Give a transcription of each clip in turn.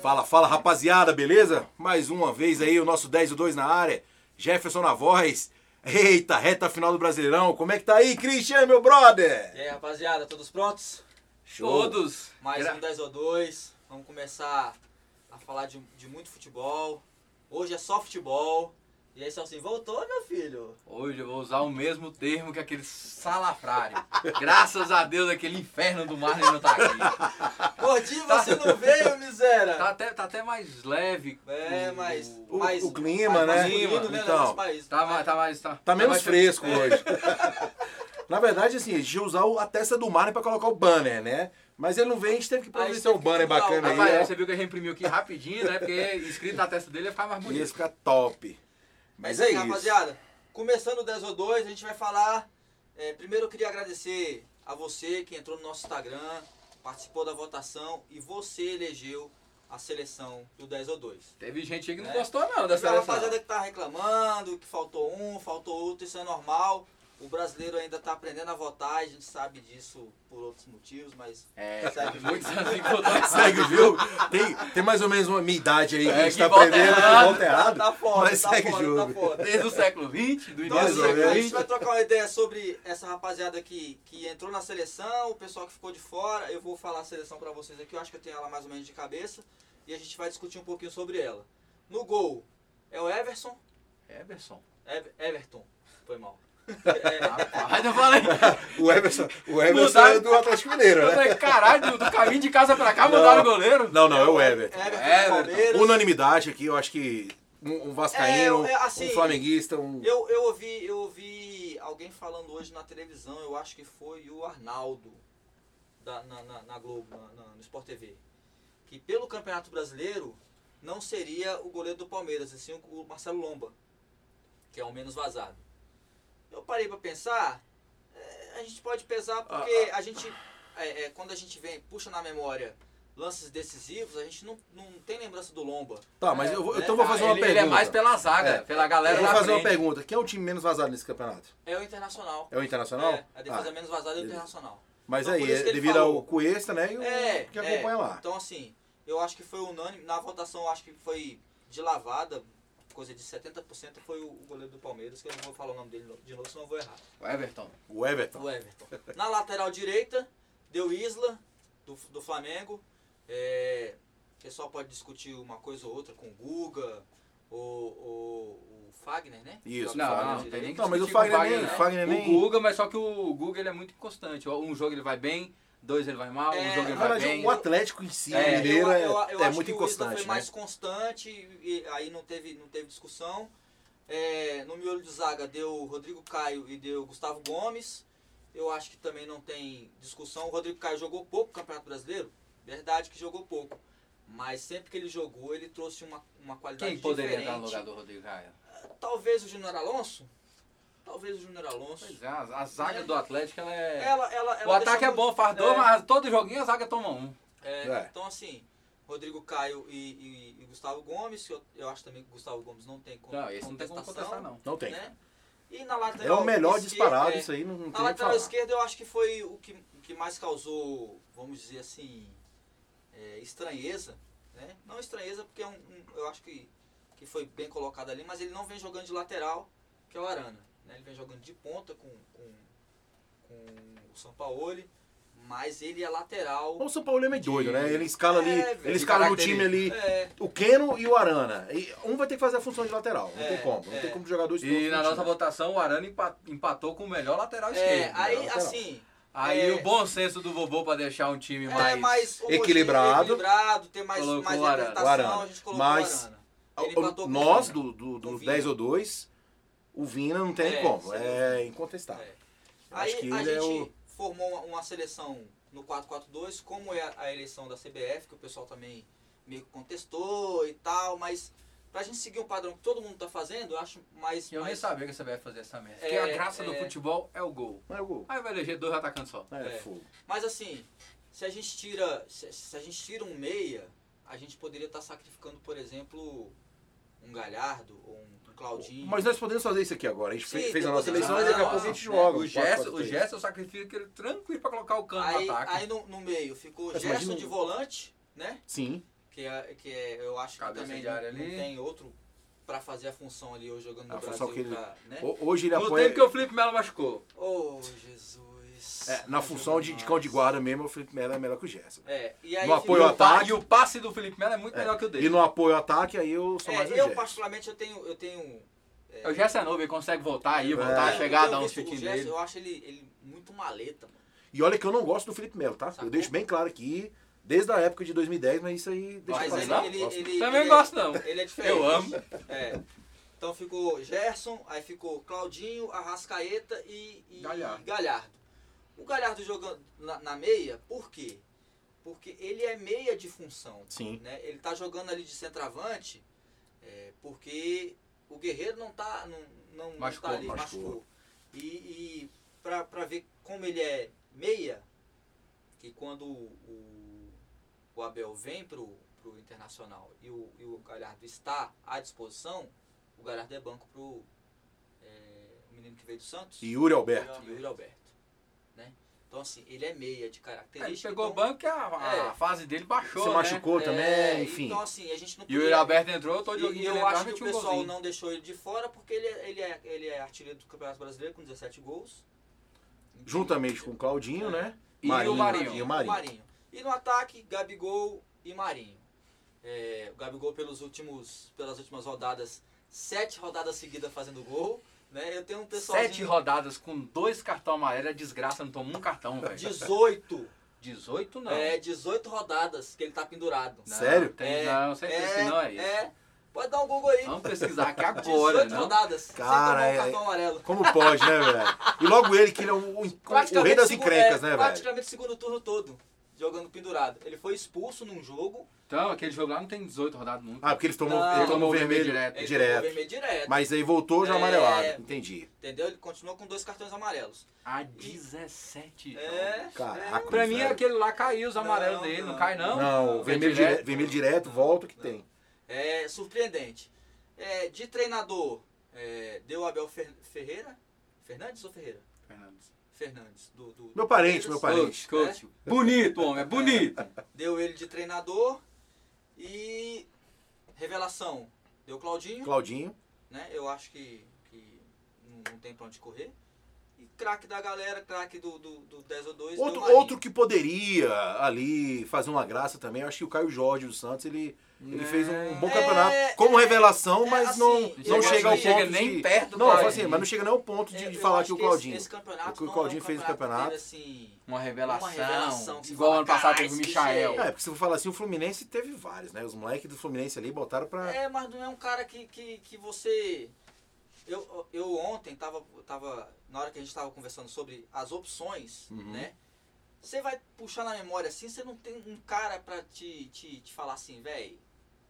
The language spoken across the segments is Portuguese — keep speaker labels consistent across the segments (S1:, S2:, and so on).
S1: Fala, fala rapaziada, beleza? Mais uma vez aí o nosso 10 e 2 na área. Jefferson na voz. Eita, reta final do Brasileirão. Como é que tá aí, Christian, meu brother?
S2: E aí, rapaziada, todos prontos?
S1: Todos.
S2: Mais
S1: Gra-
S2: um 10 ou 2. Vamos começar a falar de, de muito futebol. Hoje é só futebol. E aí, Celcinho, voltou, meu filho?
S3: Hoje eu vou usar o mesmo termo que aquele salafrário. Graças a Deus, aquele inferno do Marlon não tá aqui.
S2: Gordinho,
S1: Tá.
S2: você não veio, miséria!
S3: Tá até, tá até mais leve.
S2: É,
S3: o-
S2: mas...
S3: o-
S1: O-
S2: mas,
S1: o clima,
S2: mas-
S3: né?
S2: Mas o clima, né,
S1: Então,
S2: no nosso país.
S3: Tá mais. Tá, mais, tá,
S1: Tá menos
S3: mais-
S1: fresco hoje. Na verdade, assim, a gente ia usar o- a testa do Marlon pra colocar o banner, né? Mas ele não vem, a gente teve que
S2: Aí
S1: providenciar um
S2: teve que
S1: banner
S2: mudar o-
S1: bacana aí.
S3: Rapaz,
S1: ó.
S3: Ah, você viu que ele imprimiu aqui rapidinho, né? Porque escrito na testa dele ia ficar mais
S1: Ia
S3: bonito.
S1: ficar top. Mas é
S2: Sim,
S1: isso.
S2: Rapaziada, começando o 10 ou 2, a gente vai falar. é, primeiro eu queria agradecer a você que entrou no nosso Instagram, participou da votação e você elegeu a seleção do 10 ou 2.
S3: Teve gente aí que não
S2: É.
S3: gostou não
S2: A
S3: dessa seleção.
S2: rapaziada que tá reclamando, que faltou um, faltou outro, isso é normal. O brasileiro ainda tá aprendendo a votar, a gente sabe disso por outros motivos, mas
S3: É,
S2: Segue.
S3: muitos anos que votou
S1: Segue o jogo. Tem, tem mais ou menos uma minha idade aí que a
S3: É,
S1: gente
S3: que
S1: tá
S3: volta
S1: aprendendo que
S3: errado.
S1: volta
S2: tá,
S1: errado.
S2: tá foda,
S1: mas
S2: tá
S1: segue o
S2: foda,
S1: jogo.
S2: tá foda.
S3: desde o século XX, do
S1: Mais
S3: início
S2: Nós,
S3: do
S1: ou
S2: a
S1: menos.
S2: gente
S3: século
S2: vai
S3: XX.
S2: trocar uma ideia sobre essa rapaziada que, que entrou na seleção, o pessoal que ficou de fora. Eu vou falar a seleção pra vocês aqui, eu acho que eu tenho ela mais ou menos de cabeça. E a gente vai discutir um pouquinho sobre ela. No gol é o Everson.
S3: Everson.
S2: Ever- Everton, foi mal. É,
S3: Rapaz, eu falei,
S1: O Everson, o Everson
S3: Mudaram.
S1: é do Atlético Mineiro,
S3: eu
S1: né?
S3: falei, caralho, do, do caminho de casa pra cá mandaram o goleiro.
S1: Não, não, é o Everton.
S2: Everton,
S3: Everton.
S2: do Palmeiras.
S1: Unanimidade aqui, eu acho que um, um vascaíno,
S2: É, é, assim,
S1: um flamenguista, um...
S2: Eu, eu, ouvi, eu ouvi alguém falando hoje na televisão, eu acho que foi o Arnaldo, da- na, na- na Globo, na- na- no Sport TV, que pelo Campeonato Brasileiro não seria o goleiro do Palmeiras, e sim o, o Marcelo Lomba, que é o menos vazado. Eu parei pra pensar, é, a gente pode pesar porque a gente, é, é, quando a gente vem, puxa na memória lances decisivos, a gente não, não tem lembrança do Lomba.
S1: Tá, mas eu, vou-
S2: né?
S1: então eu vou fazer uma
S3: ele,
S1: pergunta.
S3: Ele é mais pela zaga,
S1: É.
S3: pela galera
S1: Eu vou
S3: na
S1: fazer
S3: frente.
S1: uma pergunta. Quem é o time menos vazado nesse campeonato?
S2: É o Internacional.
S1: É o Internacional?
S2: É, a defesa
S1: Ah,
S2: menos vazada é o
S1: beleza.
S2: Internacional.
S1: mas
S2: Então,
S1: aí,
S2: por isso que
S1: é
S2: ele
S1: devido
S2: falou.
S1: ao Cuesta, né, e o
S2: É,
S1: que
S2: é.
S1: acompanha lá.
S2: Então, assim, eu acho que foi unânime. Na votação, eu acho que foi de lavada, coisa de 70% foi o o goleiro do Palmeiras, que eu não vou falar o nome dele no- de novo, senão eu vou errar.
S3: O Everton.
S1: O Everton.
S2: O Everton. Na lateral direita, deu Isla, do, do Flamengo. É, o pessoal pode discutir uma coisa ou outra com o Guga, ou, ou o Fagner, né?
S1: Isso,
S2: Joga
S1: o
S2: na
S3: Não,
S1: Fagner.
S3: não, tem nem que
S1: Não, mas o
S3: discutir com
S1: Fagner nem-
S3: né?
S1: Fagner nem-
S3: O Guga, mas só que o Guga ele é muito inconstante. Um jogo ele vai bem, dois ele vai mal,
S2: É,
S3: um jogo ele
S1: Na
S3: vai
S1: verdade,
S3: bem.
S1: o Atlético em si,
S3: É.
S1: o Mineiro, é,
S2: eu, eu, eu
S1: é
S2: acho
S1: muito
S2: que o Isla
S1: inconstante,
S2: foi
S1: né?
S2: mais constante, e aí não teve, não teve discussão. É, no miolo de zaga deu Rodrigo Caio e deu Gustavo Gomes. Eu acho que também não tem discussão. O Rodrigo Caio jogou pouco no Campeonato Brasileiro. Verdade que jogou pouco. Mas sempre que ele jogou, ele trouxe uma, uma
S1: é
S2: qualidade
S3: Quem poderia
S2: diferente.
S3: entrar no lugar do Rodrigo Caio?
S2: Talvez o Júnior Alonso. Talvez o Júnior Alonso.
S3: Pois é, a, a zaga
S2: É.
S3: do Atlético ela é.
S2: Ela, ela,
S3: o
S2: ela
S3: ataque
S2: deixou
S3: é bom, faz dois,
S2: é.
S3: mas todo joguinho a zaga toma um.
S2: É,
S1: É.
S2: Então, assim, Rodrigo Caio e, e- e Gustavo Gomes, que eu, eu acho também que o Gustavo Gomes não tem con-
S3: Não, esse não tem como contestar, não.
S1: Não tem.
S2: né? E na lateral
S1: É o melhor
S2: esquerda-
S1: disparado,
S2: é,
S1: isso aí não, não tem nem
S2: Na
S1: o que
S2: lateral
S1: falar.
S2: esquerda eu acho que foi o que, o que mais causou, vamos dizer assim, é, estranheza. Né? Não estranheza, porque é um, um- eu acho que, que foi bem colocado ali, mas ele não vem jogando de lateral, que é o Arana. Né? Ele vem jogando de ponta com, com, com o Sampaoli, mas ele é lateral.
S1: O São Paulo é meio
S3: De-
S1: doido, né? Ele escala ali,
S2: É, velho.
S1: ele escala no time
S3: Característica.
S1: ali
S2: É,
S1: o Keno e o Arana. E um vai ter que fazer a função de lateral, não
S2: É,
S1: tem como. Não
S2: é.
S1: tem como jogar dois
S3: E na nossa
S1: volta.
S3: votação o Arana empa- empatou com o melhor lateral
S2: É,
S3: esquerdo.
S2: aí
S1: Não, tá
S2: assim.
S3: Aí
S2: é-
S3: o bom senso do vovô pra deixar um time
S2: é mais homogêneo,
S1: equilibrado.
S2: equilibrado, ter mais,
S3: Colocou
S2: mais
S3: o Arana.
S2: representação,
S1: O Arana.
S2: a gente colocou
S1: Mas-
S2: o Arana. Ele empatou com o
S1: Nós,
S2: Vina.
S1: do, do,
S2: Com o
S1: dos
S2: Vina.
S1: 10 ou 2, o Vina não tem
S2: É,
S1: como.
S2: sim.
S1: É incontestável.
S2: É.
S1: Eu acho
S2: Aí
S1: que
S2: a
S1: ele
S2: gente
S1: é o.
S2: formou uma, uma seleção no 4-4-2, como é a, a eleição da CBF, que o pessoal também meio que contestou e tal, mas pra gente seguir um padrão que todo mundo tá fazendo, eu acho mais.
S3: Eu nem
S2: mais
S3: sabia que você vai fazer essa merda.
S2: É,
S3: Porque a graça do
S2: é.
S3: futebol é o gol.
S1: Mas o gol.
S3: Aí vai eleger dois atacantes só.
S1: É,
S2: É.
S1: fogo.
S2: Mas assim, se a gente tira, se, se a gente tira um meia, a gente poderia estar sacrificando, por exemplo, um Galhardo ou um Claudinho.
S1: Mas nós podemos fazer isso aqui agora. A gente
S2: Sim,
S1: fe- fez a nossa
S2: depois
S1: eleição,
S2: a
S1: mas
S2: gente
S1: daqui a
S2: faz a
S1: pouco a gente
S2: nossa,
S1: joga.
S3: o
S1: um
S3: Gerson,
S1: 4-4-3.
S3: o Gerson sacrifica ele tranquilo pra colocar o cano
S2: aí,
S3: no ataque.
S2: aí no, no meio ficou
S1: Mas
S2: Gerson
S1: imagina um-
S2: de volante, né?
S1: Sim.
S2: Que é, que é eu acho
S3: Cabeça
S2: que também
S3: de área
S2: não, não
S3: ali.
S2: tem outro pra fazer a função ali, eu jogando no
S1: A função
S2: Brasil.
S1: que ele-
S2: pra, né?
S1: O- Hoje ele
S3: No
S1: apoia.
S3: tempo que o Felipe Melo machucou.
S2: Oh, Jesus.
S1: É, na
S2: Me
S1: função
S2: ajuda
S1: de, de
S2: mais.
S1: cão de guarda mesmo, o Felipe Melo é melhor que o Gerson.
S2: É, e aí
S1: No
S2: fica-
S1: apoio ao
S3: E o pa-
S1: ataque.
S3: E o passe do Felipe Melo é muito
S1: É,
S3: melhor que o dele.
S1: E no apoio ao ataque, aí eu sou
S2: É,
S1: mais um o
S2: eu
S1: Gerson.
S2: particularmente eu tenho. Eu tenho
S3: O Gerson é novo, ele consegue voltar
S1: É.
S3: aí,
S1: Tá,
S3: voltar,
S2: eu
S3: chegar,
S2: tenho
S3: dar um
S2: visto o
S3: chutinho
S2: Gerson,
S3: dele.
S2: Eu acho ele, ele muito maleta, mano.
S1: E olha que eu não gosto do Felipe Melo, tá?
S2: Sacou?
S1: Eu deixo bem claro aqui, desde a época de 2010, mas isso aí deixa
S2: Mas
S1: pra
S2: ele,
S1: lá.
S2: ele,
S1: Gosto.
S2: ele-
S3: Também
S2: ele é-
S3: gosto não.
S2: Ele é diferente.
S3: Eu amo.
S2: É. Então ficou Gerson, aí ficou Claudinho, Arrascaeta e, e
S3: Galhardo.
S2: Galhardo. O Galhardo jogando na, na meia, por quê? Porque ele é meia de função.
S1: Sim.
S2: né? Ele tá jogando ali de centroavante é, porque o Guerreiro não tá, não, não, não
S3: Machucou,
S2: tá ali,
S1: machucou.
S2: machucou. E, e pra, pra ver como ele é meia, que quando o, o Abel vem pro, pro Internacional e o, e o Galhardo está à disposição, o Galhardo é banco pro é, o menino que veio do Santos
S1: E Yuri Alberto.
S2: e o Yuri Alberto. Né? Então assim, ele é meia de
S3: É, Ele
S2: característica.
S3: pegou o
S2: então-
S3: banco e a, a
S2: É.
S3: fase dele baixou,
S1: Se
S3: né?
S1: machucou
S2: É,
S1: também, enfim.
S2: Então assim, a gente não
S3: E o Yuri
S2: podia-
S3: Alberto entrou, todo joguinho
S2: e
S3: que ele
S2: eu acho
S3: entrava
S2: que o
S3: tinha um
S2: pessoal
S3: golzinho.
S2: não deixou ele de fora porque ele, é- ele, é, ele é artilheiro do Campeonato Brasileiro com 17 gols.
S1: Juntamente com o Claudinho, né?
S3: E o Marinho.
S1: E o
S2: Marinho.
S1: Marinho.
S2: E no ataque, Gabigol e Marinho. É, o Gabigol pelos últimos, pelas últimas rodadas, sete rodadas seguidas fazendo gol. Né? Eu tenho um pessoal
S3: Sete rodadas com dois cartão amarelo é desgraça, não toma um cartão, velho.
S2: 18.
S3: 18 não.
S2: É, 18 rodadas que ele tá pendurado.
S3: Não,
S1: Sério?
S3: Tem,
S2: É,
S3: não, certeza que não é isso.
S2: é. Pode dar um Google aí.
S3: Vamos pesquisar aqui agora,
S2: 18
S3: não?
S2: rodadas.
S1: né? Cara,
S2: sem tomar um
S1: é-
S2: cartão amarelo.
S1: Como pode, né, velho? E logo ele, que ele é o, o- o rei das
S2: segu-
S1: encrencas,
S2: é,
S1: né, velho?
S2: Praticamente segundo turno todo, jogando pendurado. Ele foi expulso num jogo,
S3: Então, aquele jogo lá não tem 18 rodadas nunca.
S1: Ah, porque eles tomam,
S2: Não,
S1: ele
S2: ele
S1: tomou
S3: tomou
S1: vermelho
S3: vermelho
S1: direto.
S2: é, ele tomou vermelho direto,
S1: Mas aí voltou já
S2: É.
S1: amarelado. Entendi.
S2: entendeu? Ele continuou com dois cartões amarelos.
S3: Há 17 jogos.
S2: É,
S1: Então, Caraca.
S3: Pra mim,
S1: velho.
S3: aquele lá caiu, os amarelos
S2: Não,
S3: dele, não,
S2: não.
S3: cai não?
S1: Não,
S3: Foi
S1: vermelho
S3: direto.
S1: direto, vermelho direto, volta o que
S2: Não.
S1: tem.
S2: é, é surpreendente. É, de treinador, é, deu Abel Fer- Ferreira? Fernandes ou Ferreira?
S3: Fernandes.
S2: Fernandes. Do, do-
S1: Meu
S2: do
S1: parente,
S2: Palmeiras. né?
S1: meu parente.
S3: Coach, coach. Bonito, homem, é bonito.
S2: Deu ele de treinador e revelação. Deu Claudinho.
S1: Claudinho.
S2: né? Eu acho que, que não, não tem pra onde correr. E craque da galera, craque do, do, do 10 ou 2.
S1: Outro, outro que poderia ali fazer uma graça também, eu acho que o Caio Jorge do Santos, ele, ele fez um bom
S2: É,
S1: campeonato
S2: é,
S1: como revelação,
S2: é,
S1: mas
S2: assim,
S1: não,
S2: eu
S1: não
S2: acho
S1: chega ao
S2: que-
S1: ponto
S3: chega nem
S1: de,
S3: perto do
S1: Não, eu falo
S3: Claudinho.
S1: assim, mas não chega nem ao ponto
S2: É,
S1: de, de falar que o Claudinho.
S2: Esse, campeonato
S1: que o
S2: não
S1: Claudinho
S2: é um
S1: fez o
S2: campeonato
S1: campeonato.
S2: que teve, assim,
S3: Uma revelação.
S2: Uma revelação que você
S3: igual
S2: fala,
S3: ano passado
S2: "Caralho,
S3: teve o
S2: esse bicho é-
S3: Michael.
S1: É, porque se eu falar assim, o Fluminense teve vários, né? Os moleques do Fluminense ali botaram pra.
S2: É, mas não é um cara que, que, que você. Eu, eu ontem tava, tava. Na hora que a gente tava conversando sobre as opções,
S1: Uhum.
S2: né? Você vai puxar na memória assim, você não tem um cara pra te, te, te falar assim, velho,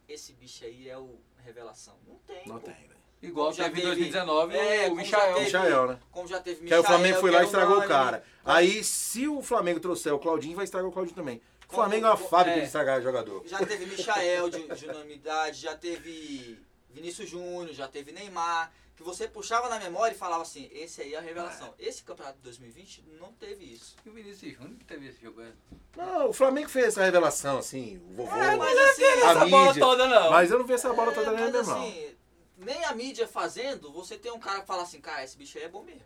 S2: esse bicho aí é o revelação. Não tem.
S1: Não
S2: pô.
S1: tem, né?
S3: Igual
S2: Já
S3: teve em
S2: teve-
S3: 2019
S2: é,
S3: o
S2: como já
S3: Michael.
S2: teve-
S1: Michael, né?
S2: Como já teve
S1: Que aí o
S2: Michael, é
S1: Flamengo foi lá e
S2: Kevin
S1: estragou o
S2: Nani,
S1: cara. Aí, se o Flamengo trouxer o Claudinho, vai estragar o Claudinho também. O Flamengo é uma
S2: Como-
S1: fábrica
S2: é.
S1: de estragar jogador.
S2: Já teve Michael de, de unanimidade, já teve Vinícius Júnior, já teve Neymar, que você puxava na memória e falava assim, esse aí é a revelação. Esse campeonato de 2020 não teve isso.
S3: E o Vinícius Júnior que teve esse jogo. é.
S1: Não, o Flamengo fez essa revelação, assim, o vovô.
S2: mas assim,
S1: A
S3: Essa bola
S1: mídia.
S3: toda não.
S1: Mas eu não vi essa bola
S2: é,
S1: toda
S2: mas
S1: ainda, não.
S2: assim, nem a mídia fazendo, você tem um cara que fala assim, cara, esse bicho aí é bom mesmo.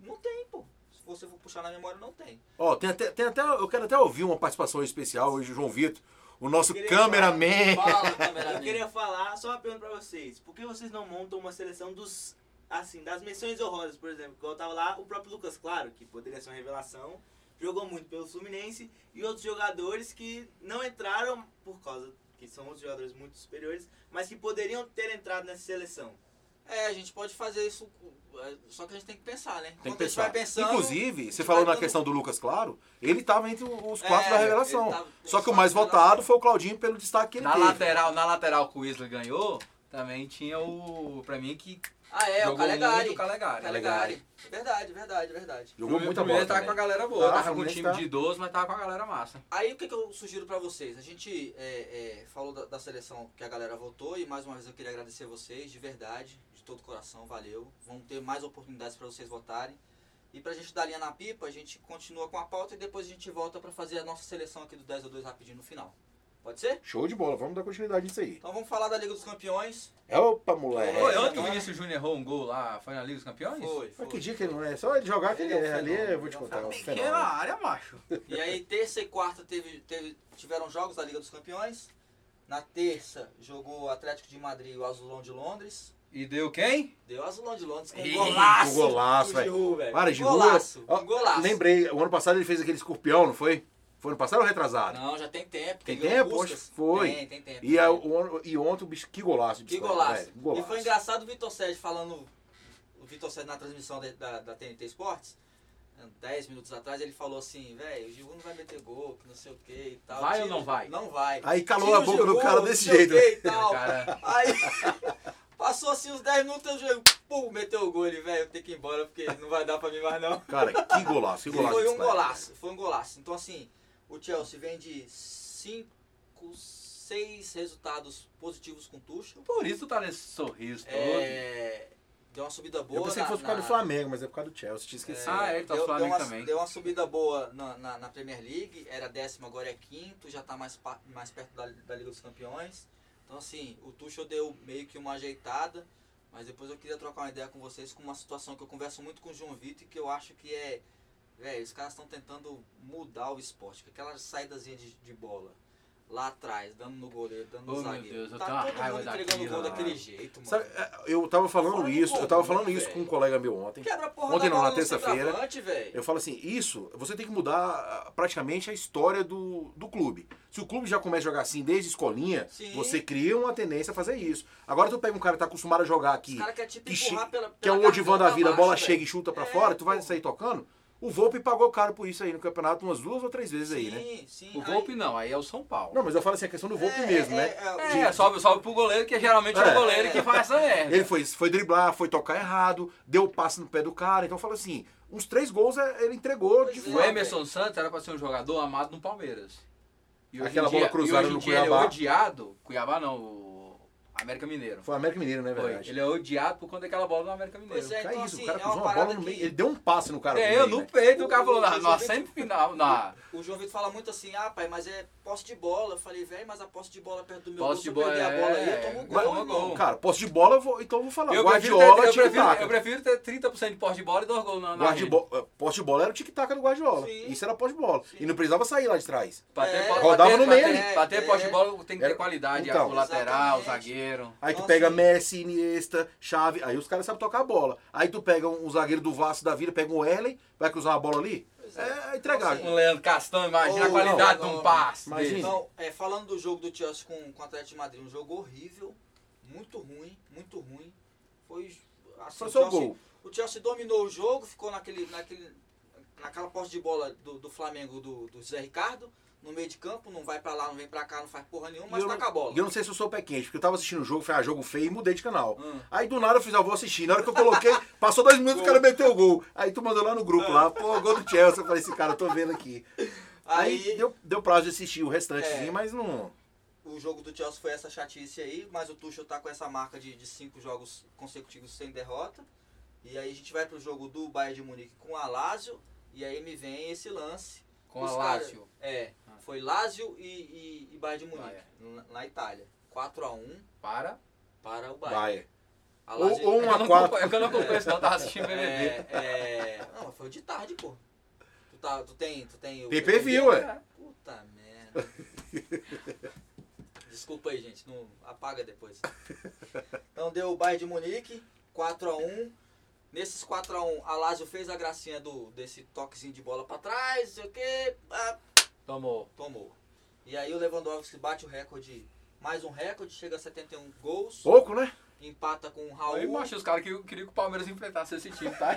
S2: Não tem, pô. Se você for puxar na memória, não tem.
S1: Ó, tem até, tem até. Eu quero até ouvir uma participação especial hoje, o João Vitor, o nosso
S4: Queria
S1: cameraman.
S2: Fala,
S4: Eu
S2: cameraman.
S4: queria falar só uma pergunta pra vocês. Por que vocês não montam uma seleção dos. Assim, das menções honrosas, por exemplo? Quando eu tava lá, o próprio Lucas Claro, que poderia ser uma revelação, jogou muito pelo Fluminense, e outros jogadores que não entraram por causa que são os jogadores muito superiores, mas que poderiam ter entrado nessa seleção.
S2: É, a gente pode fazer isso, é, só que a gente tem que pensar, né?
S1: Tem
S2: Quando
S1: que
S2: a gente
S1: pensar.
S2: vai pensando,
S1: Inclusive, você
S2: vai
S1: falou na
S2: dando-
S1: questão do Lucas Claro, ele tava entre os quatro
S2: É,
S1: da revelação.
S2: ele tava- ele
S1: Só que o
S2: tava
S1: mais
S2: na
S1: votado foi o Claudinho pelo destaque que ele
S3: Na
S1: teve.
S3: lateral, na lateral que o Isla ganhou, também tinha o. Pra mim que.
S2: Ah, é,
S3: jogou
S2: o Calegari.
S3: muito o Calegari.
S2: Calegari. Verdade, verdade, verdade.
S1: Jogou
S3: O
S1: muita bola.
S3: Fluminense tava
S1: também.
S3: com a galera boa.
S1: Tá, o
S3: tava com um
S1: Fluminense
S3: time
S1: tá-
S3: de idoso, mas tava com a galera massa.
S2: Aí o que, que eu sugiro pra vocês? A gente é, é, falou da, da seleção que a galera votou e mais uma vez eu queria agradecer vocês, de verdade, de todo o coração, valeu. Vão ter mais oportunidades pra vocês votarem. E pra gente dar linha na pipa, a gente continua com a pauta e depois a gente volta pra fazer a nossa seleção aqui do 10 a 2 rapidinho no final. Pode ser?
S1: Show de bola, vamos dar continuidade nisso aí.
S2: Então vamos falar da Liga dos Campeões.
S1: Opa,
S3: Foi
S1: moleque.
S3: onde que o Vinícius Júnior errou um gol lá? Foi na Liga dos Campeões?
S2: É, então Foi,
S1: Mas que
S2: foi.
S1: dia que ele não é? Só ele jogar que ele
S2: Ele é um
S1: é. Ali
S2: fenômeno,
S1: eu vou te
S2: ele é um
S1: contar. é um
S3: Pequena
S1: fenômeno.
S3: área, macho.
S2: E aí, terça e quarta teve, teve- tiveram jogos da Liga dos Campeões. Na terça jogou o Atlético de Madrid e o Azulão de Londres.
S3: E deu quem?
S2: Deu o Azulão de Londres com um
S3: Ih,
S2: golaço.
S1: com golaço,
S2: do Giroud, velho.
S1: Para, Giroud.
S2: Golaço,
S1: Ó,
S2: um golaço.
S1: Lembrei, o ano passado ele fez aquele escorpião, não foi? Foi ano passado ou retrasado?
S2: Não, já tem tempo.
S1: Tem
S2: que ganhou
S1: tempo?
S2: Puskas.
S1: Hoje foi.
S2: Tem, tem tempo.
S1: E, a- o ano- e ontem o bicho, que golaço. de
S2: Que
S1: bicicleta,
S2: golaço.
S1: velho, É, golaço.
S2: E foi engraçado o Vitor Sérgio falando, o Vitor Sérgio na transmissão de- da, da TNT Esportes, 10 minutos atrás, ele falou assim, velho, o Giroud não vai meter gol, que não sei o que e tal.
S3: Vai
S2: Tira
S3: ou não
S2: o-
S3: vai?
S2: Não vai.
S1: Aí calou
S2: Tira
S1: a
S2: o
S1: boca do
S2: Giroud,
S1: cara desse
S2: não sei o
S1: jeito, né?
S2: quê e tal.
S3: Cara,
S2: Aí passou assim uns 10 minutos, eu jogo, pum, meteu o gol, ele, velho, tem que ir embora, porque não vai dar pra mim mais não.
S1: Cara, que golaço, que
S2: E
S1: golaço.
S2: foi
S1: de
S2: um
S1: bicicleta.
S2: golaço, foi um golaço. Então, assim, o Chelsea vem de 5, 6 resultados positivos com Tuchel.
S3: por isso tá nesse sorriso todo.
S2: É, deu uma subida boa.
S1: Eu pensei
S2: na-
S1: que fosse por causa
S2: na-
S1: do Flamengo, mas é por causa do Chelsea, tinha esquecido.
S3: Ah, é, ele tá
S2: deu,
S3: falando
S2: deu uma,
S3: também.
S2: deu uma subida boa na, na, na Premier League, era décimo, agora é quinto, já tá mais, pa- mais perto da, da Liga dos Campeões. Então, assim, o Tuchel deu meio que uma ajeitada, mas depois eu queria trocar uma ideia com vocês com uma situação que eu converso muito com o João Vitor e que eu acho que é. Velho, os caras estão tentando mudar o esporte, com aquela saídazinha de, de bola. Lá atrás, dando no goleiro, dando no
S3: Oh, meu
S2: zagueiro.
S3: Deus, eu tenho
S2: tá
S3: uma
S2: todo
S3: raiva
S2: mundo entregando
S3: daquilo,
S2: gol
S3: mano.
S2: daquele jeito, mano.
S1: Sabe, é, eu tava falando
S2: Fora do
S1: isso, eu
S2: gol,
S1: tava
S2: né,
S1: falando isso
S2: velho?
S1: com um colega meu ontem.
S2: Quebra a porra
S1: Ontem
S2: da
S1: não,
S2: bola
S1: na
S2: no
S1: terça-feira,
S2: centroavante, velho.
S1: Eu falo assim, isso, você tem que mudar ah, praticamente a história do, do clube. Se o clube já começa a jogar assim desde escolinha,
S2: Sim.
S1: você cria uma tendência a fazer isso. Agora tu pega um cara que tá acostumado a jogar aqui,
S2: Os caras querem tipo
S1: que che-
S2: empurrar pela, pela
S1: que é um
S2: garganta
S1: Odivan da vida, a
S2: abaixo,
S1: bola
S2: velho.
S1: chega e chuta pra
S2: É,
S1: fora, tu vai
S2: pô.
S1: sair tocando. O Volpe pagou caro por isso aí no campeonato umas duas ou três vezes aí, né?
S2: Sim, sim.
S3: O
S2: aí-
S3: Golpe não, aí é o São Paulo.
S1: Não, mas eu falo assim, a questão do Volpe
S2: É,
S1: mesmo,
S2: é,
S1: né?
S2: é,
S3: É, sobe, sobe pro goleiro, que geralmente é,
S1: É.
S3: o goleiro que faz essa merda.
S1: Ele foi, foi driblar, foi tocar errado, deu o passe no pé do cara. Então eu falo assim, uns três gols é, ele entregou de
S2: Pois é.
S3: O
S1: fora.
S3: Emerson Santos era pra ser um jogador amado no Palmeiras. E hoje em
S1: Aquela bola
S3: dia-
S1: cruzada
S3: e hoje em
S1: no
S3: dia ele
S1: Cuiabá.
S3: é odiado. Cuiabá não, o América Mineiro.
S1: Foi o América Mineiro, né,
S3: Foi.
S1: verdade?
S3: Ele é odiado por conta daquela bola do América Mineiro.
S2: Pois é,
S1: Cara,
S2: então
S1: isso,
S2: assim,
S1: o cara
S2: é
S1: cruzou
S2: uma
S1: uma bola
S2: parada
S1: no meio.
S2: que
S1: Ele deu um passe no cara. no
S3: Ganhou no
S1: meio, né?
S3: peito, o cara falou
S2: O-
S3: na,
S2: o-
S3: na semifinal, na
S2: o João Vitor fala muito assim, ah pai, mas é posse de bola. Eu falei, velho, mas a posse de bola perto do meu
S3: posse de
S2: gol, se eu
S3: bola.
S2: perder a bola aí, eu tomo
S3: é,
S2: um gol,
S3: toma
S2: irmão.
S3: gol.
S1: Cara, posse de bola, eu vou, então eu vou falar.
S3: Eu prefiro, ter,
S1: Guardiola,
S3: eu, prefiro, eu
S1: tic-tac.
S3: prefiro ter 30% de posse de bola e dois gols na, na rede.
S1: Guardiola- Posse de bola era o tic-tac do Guardiola.
S2: Sim.
S1: Isso era posse de bola.
S2: Sim.
S1: E não precisava sair lá de trás.
S3: Pra ter
S2: É,
S3: po-
S1: rodava
S3: pra ter-
S1: no
S3: pra
S1: meio
S3: ter-
S2: ali.
S3: Pra ter
S2: É,
S3: poste de bola tem que ter
S1: era-
S3: qualidade.
S1: então.
S3: o lateral, o
S2: Exatamente.
S3: zagueiro.
S1: Aí tu
S2: Então,
S1: pega
S2: assim-
S1: Messi, Iniesta, Chave, aí os caras sabem tocar a bola. Aí tu pega um, um zagueiro do Vasco da Vila, pega um Erlen, vai cruzar a bola ali.
S2: Pois é.
S1: É, entregar.
S2: Então,
S3: Um Leandro Castão, imagina
S2: Ô,
S3: a qualidade
S2: não,
S3: de
S2: não.
S3: um passe.
S1: Imagina.
S3: desse.
S2: Então, é, falando do jogo do Chelsea com, com o Atlético de Madrid, um jogo horrível, muito ruim, muito ruim. Foi assim,
S1: Só
S2: o
S1: seu
S2: Chelsea-
S1: gol.
S2: O Chelsea dominou o jogo, ficou naquele, naquele, naquela posse de bola do, do Flamengo do, do Zé Ricardo, no meio de campo, não vai pra lá, não vem pra cá, não faz porra nenhuma, mas
S1: E eu
S2: tá
S1: não-
S2: com a bola.
S1: E eu não sei se eu sou pé quente, porque eu tava assistindo o jogo, foi ah, jogo feio e mudei de canal.
S2: Hum.
S1: Aí do nada eu fiz, ah, vou assistir. Na hora que eu coloquei, passou dois minutos, o cara meteu o gol. Aí tu mandou lá no grupo lá, pô, gol do Chelsea. Eu falei, esse cara, eu tô vendo aqui. Aí,
S2: Aí,
S1: deu, deu prazo de assistir o restante,
S2: É.
S1: sim, mas não.
S2: o jogo do Chelsea foi essa chatice aí, mas o Tuchel tá com essa marca de, de cinco jogos consecutivos sem derrota. E aí a gente vai pro jogo do Bayern de Munique com a Lazio, e aí me vem esse lance.
S3: Com a
S2: Os cara-
S3: Lazio.
S2: É,
S3: Ah.
S2: foi Lazio e, e, e Bayern de Munique,
S3: Bayern.
S2: na, na Itália. 4x1
S3: Para.
S2: para o Bayern.
S1: Vai.
S2: A
S1: Ou,
S2: Lazio-
S1: ou
S3: É
S1: um
S3: que eu
S1: a
S3: não
S1: quatro.
S3: acompanho- é que eu não acompanho isso, não. Eu tava assistindo BBB.
S2: É, é... Não, mas foi de tarde, pô. Tu, tá, tu tem, tu tem o...
S1: PP viu, ué.
S2: Puta merda. Desculpa aí, gente. Não, apaga depois. Então deu o Bayern de Munique, 4x1. Nesses 4x1, a Lazio fez a gracinha do, desse toquezinho de bola pra trás, não sei o quê. pá,
S3: Tomou.
S2: tomou. E aí o Lewandowski bate o recorde, mais um recorde, chega a 71 gols.
S1: Pouco, né?
S2: Empata com o
S3: Aí,
S2: Raul.
S3: macho, os caras que queriam que o Palmeiras enfrentasse esse time, tá?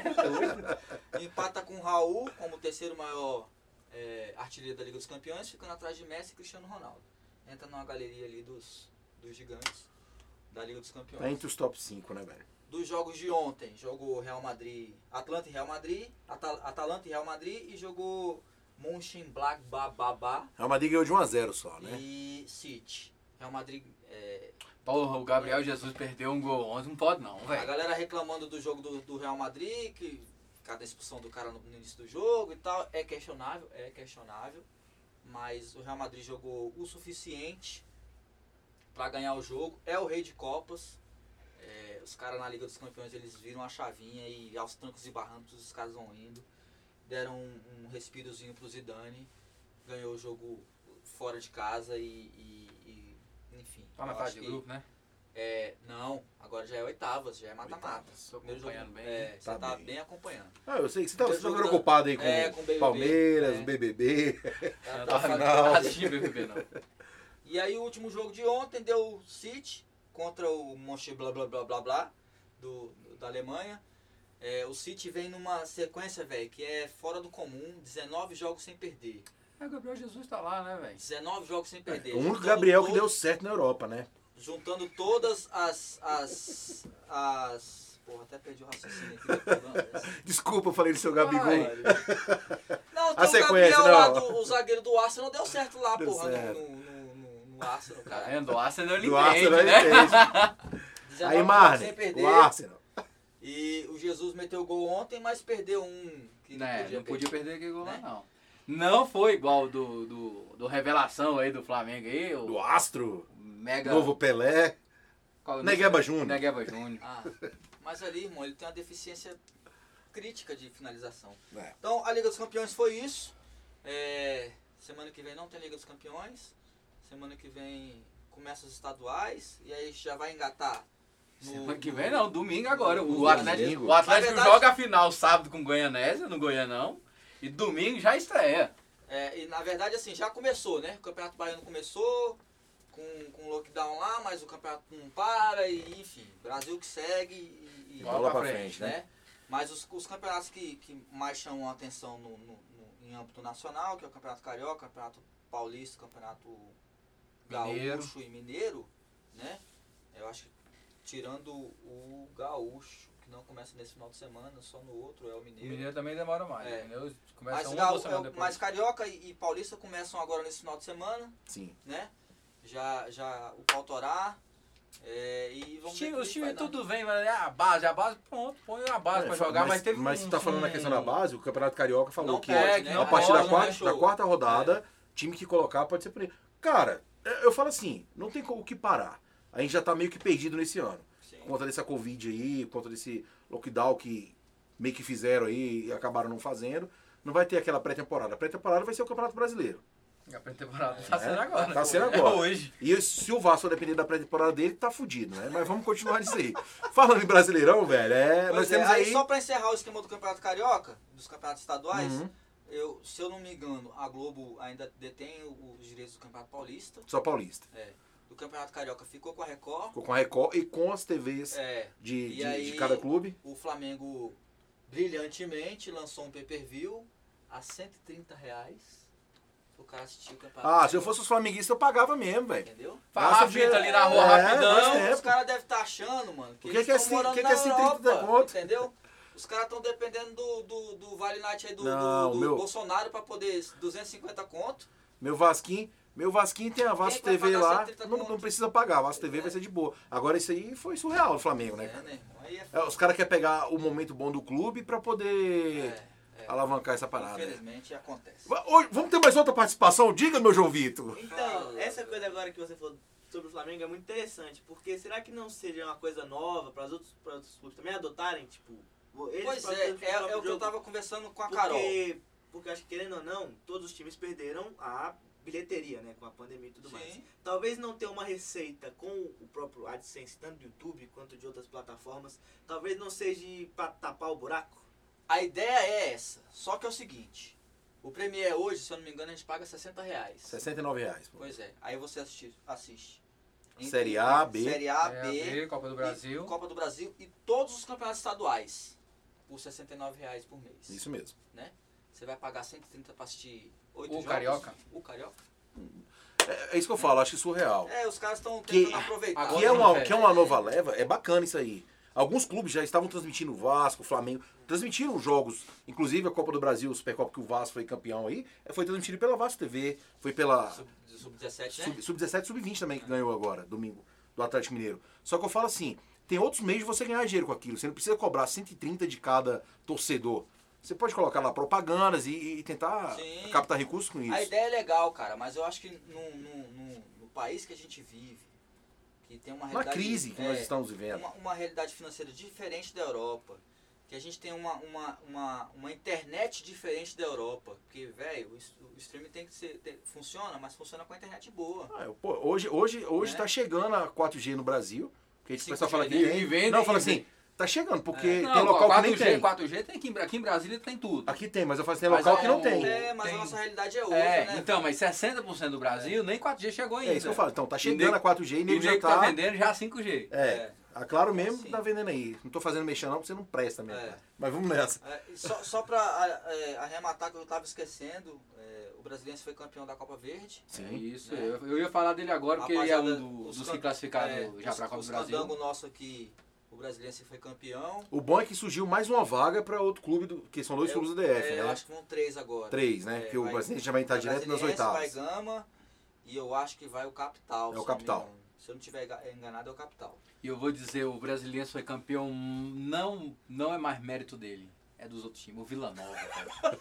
S2: Empata com o Raul como o terceiro maior é, artilheiro da Liga dos Campeões, ficando atrás de Messi e Cristiano Ronaldo. Entra numa galeria ali dos, dos gigantes da Liga dos Campeões.
S1: Tá entre os top 5, né, velho?
S2: Dos jogos de ontem, jogou Real Madrid, Atlanta e Real Madrid, Atal- Atalanta e Real Madrid e jogou Mönchengladbach Babá
S1: Real Madrid ganhou de 1 a 0 só, né?
S2: e City. Real Madrid, é,
S3: Porra, o Gabriel Jesus perdeu um gol ontem, não pode não,
S2: a
S3: velho.
S2: galera reclamando do jogo do, do Real Madrid, que cada expulsão do cara no, no início do jogo e tal, é questionável, é questionável. mas o Real Madrid jogou o suficiente para ganhar o jogo. É o rei de Copas. É, os caras na Liga dos Campeões eles viram a chavinha e aos trancos e barrancos os caras vão indo. Deram um, um respirozinho pro Zidane. Ganhou o jogo fora de casa e, e- e, enfim.
S3: Tá na
S2: eu
S3: fase
S2: acho
S3: de
S2: que-
S3: grupo, né?
S2: é, não, agora já é oitavas, já é mata-mata.
S3: Oitavas, tô
S2: Primeiro
S3: acompanhando bem.
S2: É,
S1: Tá
S2: você tá
S1: bem.
S2: bem, acompanhando.
S1: Ah, eu sei que você tá, você tá
S2: Jogando-
S1: preocupado aí com,
S2: É, com o BBB,
S1: Palmeiras,
S2: é.
S1: BBB.
S2: Ela tá
S3: Não tá
S2: falando-
S3: assistindo BBB, não.
S2: E aí o último jogo de ontem deu City contra o Monche blá blá blá blá blá do, da Alemanha. É, o City vem numa sequência, velho, que é fora do comum, 19 jogos sem perder.
S3: É, o Gabriel Jesus tá lá, né, velho?
S2: 19 jogos sem perder.
S1: O único
S2: Juntando
S1: É, um Gabriel que
S2: todo-
S1: deu certo na Europa, né?
S2: Juntando todas as. as. as. Porra, até perdi o raciocínio aqui. né, Fernando?
S1: Desculpa, eu falei do seu Gabigol.
S2: Ah, é.
S3: Vai. Ah,
S2: Não,
S1: A
S2: tem o
S1: sequência,
S2: Gabriel lá,
S1: não.
S2: do, o zagueiro do Arsenal deu certo lá,
S1: Deu
S2: porra,
S1: certo.
S2: No, no, no, no Arsenal,
S3: Tá
S2: cara.
S3: vendo? O Arsenal ele
S1: Do
S3: entende,
S1: Arsenal,
S3: né?
S1: ele entende.
S2: 19
S1: Aí,
S2: jogos
S1: Marne,
S2: um sem perder.
S1: o Arsenal.
S2: E o Jesus meteu gol ontem, mas perdeu um que não,
S3: Né,
S2: podia
S3: não podia É.
S2: perder.
S3: perder aquele gol lá,
S2: Né?
S3: não. Não foi igual do, do, do revelação aí do Flamengo aí,
S1: Do
S3: o
S1: Astro,
S3: mega...
S1: Novo Pelé,
S3: qual é o nome?
S1: Negueba Júnior.
S3: Negueba Júnior.
S2: Ah, mas ali, irmão, ele tem uma deficiência crítica de finalização.
S1: É.
S2: Então, a Liga dos Campeões foi isso. É, semana que vem não tem Liga dos Campeões. Semana que vem começa os estaduais. E aí já vai engatar. no-
S3: Semana que vem não, domingo agora.
S2: no-
S3: O
S2: no-
S3: Atlético,
S1: domingo.
S3: o Atlético
S2: Na verdade-
S3: joga a final sábado com o Goianésia, no Goianão. E domingo já estreia.
S2: É, e na verdade, assim, já começou, né? O Campeonato Baiano começou com, com o lockdown lá, mas o campeonato não para, e enfim, Brasil que segue e. e-
S1: Bola pra
S3: pra
S1: frente, né?
S2: Mas os, os campeonatos que, que mais chamam a atenção no, no- no- em âmbito nacional, que é o Campeonato Carioca, Campeonato Paulista, Campeonato
S3: Mineiro.
S2: Gaúcho e Mineiro, né? Eu acho que tirando o Gaúcho, que não começa nesse final de semana, só no outro, é o
S3: O Mineiro também demora mais.
S2: É.
S3: O Mineiro começa
S2: mas,
S3: uma
S2: Gal-
S3: duas semanas
S2: é,
S3: um depois.
S2: mas Carioca e, e Paulista começam agora nesse final de semana,
S1: Sim.
S2: né? Já, já o Pautorá. É, e
S3: Os
S2: vamos ver
S3: times
S2: como
S3: os
S2: que vai
S3: times
S2: dar.
S3: tudo vem, mas é a base, a base, pronto, põe a base pra
S1: É,
S3: jogar, mas,
S1: mas,
S3: teve
S1: mas
S3: um-
S1: você tá falando na questão da base, o Campeonato Carioca falou
S2: Não
S1: que
S2: pode,
S1: é,
S2: né?
S1: a
S2: Não
S1: partir da,
S2: pode, né?
S1: quarta, da
S2: Show.
S1: quarta rodada, time que colocar pode ser pre... Cara, é, eu falo assim, não tem co- o que parar. A gente já tá meio que perdido nesse ano.
S2: Sim.
S1: Por conta dessa Covid aí, por conta desse lockdown que meio que fizeram aí e acabaram não fazendo. Não vai ter aquela pré-temporada. A pré-temporada vai ser o Campeonato Brasileiro.
S3: A pré-temporada tá sendo agora.
S1: Tá sendo
S3: É
S1: agora.
S3: hoje.
S1: E se o Vasco depender da pré-temporada dele, tá fudido, né? Mas vamos continuar nisso aí. Falando em Brasileirão, velho, é,
S2: Pois
S1: nós
S2: é,
S1: temos
S2: aí,
S1: aí...
S2: só pra encerrar o esquema do Campeonato Carioca, dos campeonatos estaduais,
S1: Uhum.
S2: eu, se eu não me engano, a Globo ainda detém o- os direitos do Campeonato Paulista.
S1: Só Paulista.
S2: Do Campeonato Carioca ficou com a Record.
S1: Ficou com a Record e com as TVs
S2: É,
S1: de,
S2: E
S1: de-
S2: aí-
S1: de cada clube.
S2: o Flamengo brilhantemente lançou um pay-per-view a 130 reais. O cara assistiu o campeonato.
S1: Ah, se eu fosse os flamenguistas, eu pagava mesmo, velho.
S2: Entendeu?
S3: Fala
S1: Nossa,
S3: a fita
S1: dinheiro-
S3: ali na rua
S1: É,
S3: rapidão.
S1: mas é.
S2: Os caras devem estar achando, mano, que,
S1: O que
S2: eles
S1: que é
S2: tão
S1: assim-
S2: morando
S1: o que que
S2: na
S1: é 130
S2: Europa,
S1: conto?
S2: entendeu? Os caras estão dependendo do, do, do Vale Night aí do,
S1: Não,
S2: do, do
S1: meu-
S2: Bolsonaro pra poder 250 conto.
S1: Meu Vasquinho, meu Vasquinho tem a Vasco
S2: Quem vai
S1: TV
S2: pagar
S1: lá,
S2: 130
S1: não,
S2: conto?
S1: não precisa pagar, a Vasco TV vai ser de boa. Agora isso aí foi surreal do Flamengo, né?
S2: É, né, irmão? Aí é
S1: É,
S2: foda.
S1: Os caras querem pegar o momento bom do clube pra poder
S2: É, é.
S1: alavancar essa parada. né?
S2: Infelizmente acontece.
S1: Va- hoje- Vamos ter mais outra participação? Diga, meu João Vitor.
S4: Então, essa coisa agora que você falou sobre o Flamengo é muito interessante, porque será que não seria uma coisa nova para os outros, para outros clubes também adotarem? Tipo, eles
S2: Pois
S4: próprios
S2: é,
S4: clubes
S2: é, é o que
S4: próprio
S2: eu tava conversando com a Carol.
S4: porque, porque acho que querendo ou não, todos os times perderam a bilheteria, né? Com a pandemia e tudo mais.
S2: Sim.
S4: Talvez não ter uma receita com o próprio AdSense, tanto do YouTube quanto de outras plataformas, talvez não seja pra tapar o buraco.
S2: A ideia é essa. Só que é o seguinte. O Premier hoje, se eu não me engano, a gente paga 60 reais.
S1: R$ 69 reais. pô.
S2: Pois é. Aí você assiste. assiste.
S1: Série A, B.
S2: Série A,
S3: É,
S2: B,
S3: B, Copa do
S2: e
S3: Brasil.
S2: Copa do Brasil e todos os campeonatos estaduais por R$ 69 reais por mês.
S1: Isso mesmo.
S2: Você vai pagar 130 para assistir 8
S3: O Carioca.
S2: O Carioca.
S1: É, é isso que eu falo, acho que surreal.
S2: É, os caras estão
S1: Que-
S2: tentando aproveitar.
S3: agora
S1: Que é, uma,
S3: velho.
S1: que é uma nova leva, é bacana isso aí. Alguns clubes já estavam transmitindo o Vasco, o Flamengo, transmitiram jogos, inclusive a Copa do Brasil, o Supercopa que o Vasco foi campeão aí, eh, foi transmitido pela Vasco TV, foi pela
S2: Sub- Sub-17, né?
S1: Sub- Sub-17 Sub-20 também que ganhou agora, domingo, do Atlético Mineiro. Só que eu falo assim, tem outros meios de você ganhar dinheiro com aquilo, você não precisa cobrar 130 de cada torcedor. Você pode colocar lá propagandas e, e tentar
S2: Sim.
S1: captar recursos com isso.
S2: A ideia é legal, cara, mas eu acho que no, no- no- no país que a gente vive, que tem uma
S1: Uma
S2: realidade.
S1: crise que
S2: é,
S1: nós estamos vivendo.
S2: uma, uma realidade financeira diferente da Europa. Que a gente tem uma, uma, uma, uma internet diferente da Europa. Porque, velho, o s- o streaming tem que ser. tem- funciona, mas funciona com a internet boa.
S1: Ah, eu- pô, hoje hoje hoje
S2: Né?
S1: está chegando a 4G no Brasil, porque a gente
S2: 5G
S1: pessoal fala que
S2: nem
S1: tem.
S3: vende,
S1: não,
S3: nem
S1: fala
S3: vende.
S1: assim, tá chegando porque
S3: É.
S1: tem
S3: Não,
S1: local que nem
S3: 4G,
S1: tem.
S3: 4G tem aqui, em Bra- aqui em Brasília tem tudo.
S1: Aqui tem, mas eu falo assim, tem
S3: Mas
S1: local
S3: é
S1: que não
S3: o-
S1: tem.
S2: É, mas
S3: tem-
S2: a nossa realidade é outra, né?
S3: É, então,
S2: velho?
S3: mas 60% do Brasil nem 4G chegou ainda.
S1: É isso que eu falo. Então, tá
S3: E
S1: chegando
S3: nego-
S1: a 4G e
S3: E
S1: nego já
S3: nego
S1: tá.
S3: tá vendendo já 5G.
S1: É. A Claro mesmo
S2: Sim.
S1: tá vendendo aí. Não tô fazendo mexer não, porque você não presta mesmo.
S2: É.
S1: cara. Mas vamos nessa.
S2: É, e só, só pra a- é, arrematar que eu tava esquecendo, é, o Brasiliense foi campeão da Copa Verde.
S3: É
S1: Sim.
S3: Isso,
S2: É.
S3: eu, eu ia falar dele agora porque ele é
S2: Rapaziada,
S3: um do-
S2: os
S3: dos
S2: can-
S3: que classificaram
S2: é,
S3: já
S2: os-
S3: pra Copa
S2: os
S3: do Brasil.
S2: candango nosso aqui, o Brasiliense foi campeão.
S1: O bom é que surgiu mais uma vaga pra outro clube, do, que são dois
S2: Eu-
S1: clubes do DF,
S2: é, eu
S1: né?
S2: acho que vão três agora.
S1: Três, né?
S2: É,
S1: Porque o
S2: vai-
S1: Brasiliense já vai entrar
S2: Vai
S1: direto nas
S2: Brasiliense,
S1: oitavas.
S2: é Vai Gama e eu acho que vai o Capital.
S1: É o
S2: se eu não me
S1: Capital.
S2: engano. Se eu não tiver ga- enganado, é o Capital.
S3: E eu vou dizer, o brasileiro foi campeão, não, não é mais mérito dele. É dos outros times, o Vila Nova, cara.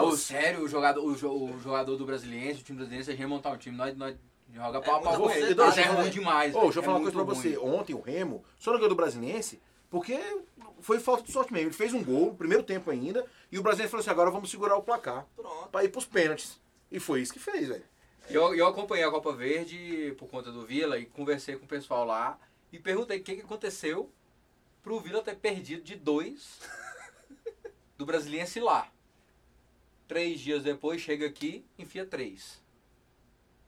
S3: Ô, sério, o jogador, o, jo- o jogador do brasileiro, o time brasileiro, a gente montar um time, nós, nós joga pau a pau com
S1: muita
S3: ele.
S1: coisa,
S3: Mas é
S1: né?
S3: ruim demais.
S1: Ô,
S3: velho,
S1: deixa eu
S3: é
S1: falar uma coisa pra
S3: muito ruim.
S1: você. Ontem o Remo só não ganhou do Brasiliense porque foi falta de sorte mesmo. Ele fez um gol no primeiro tempo ainda e o Brasiliense falou assim, agora vamos segurar o placar
S2: Pronto.
S1: pra ir pros pênaltis. E foi isso que fez, velho.
S3: Eu, eu acompanhei a Copa Verde por conta do Vila e conversei com o pessoal lá e perguntei o que, que aconteceu pro Vila ter perdido de dois do Brasiliense lá. Três dias depois chega aqui, enfia três.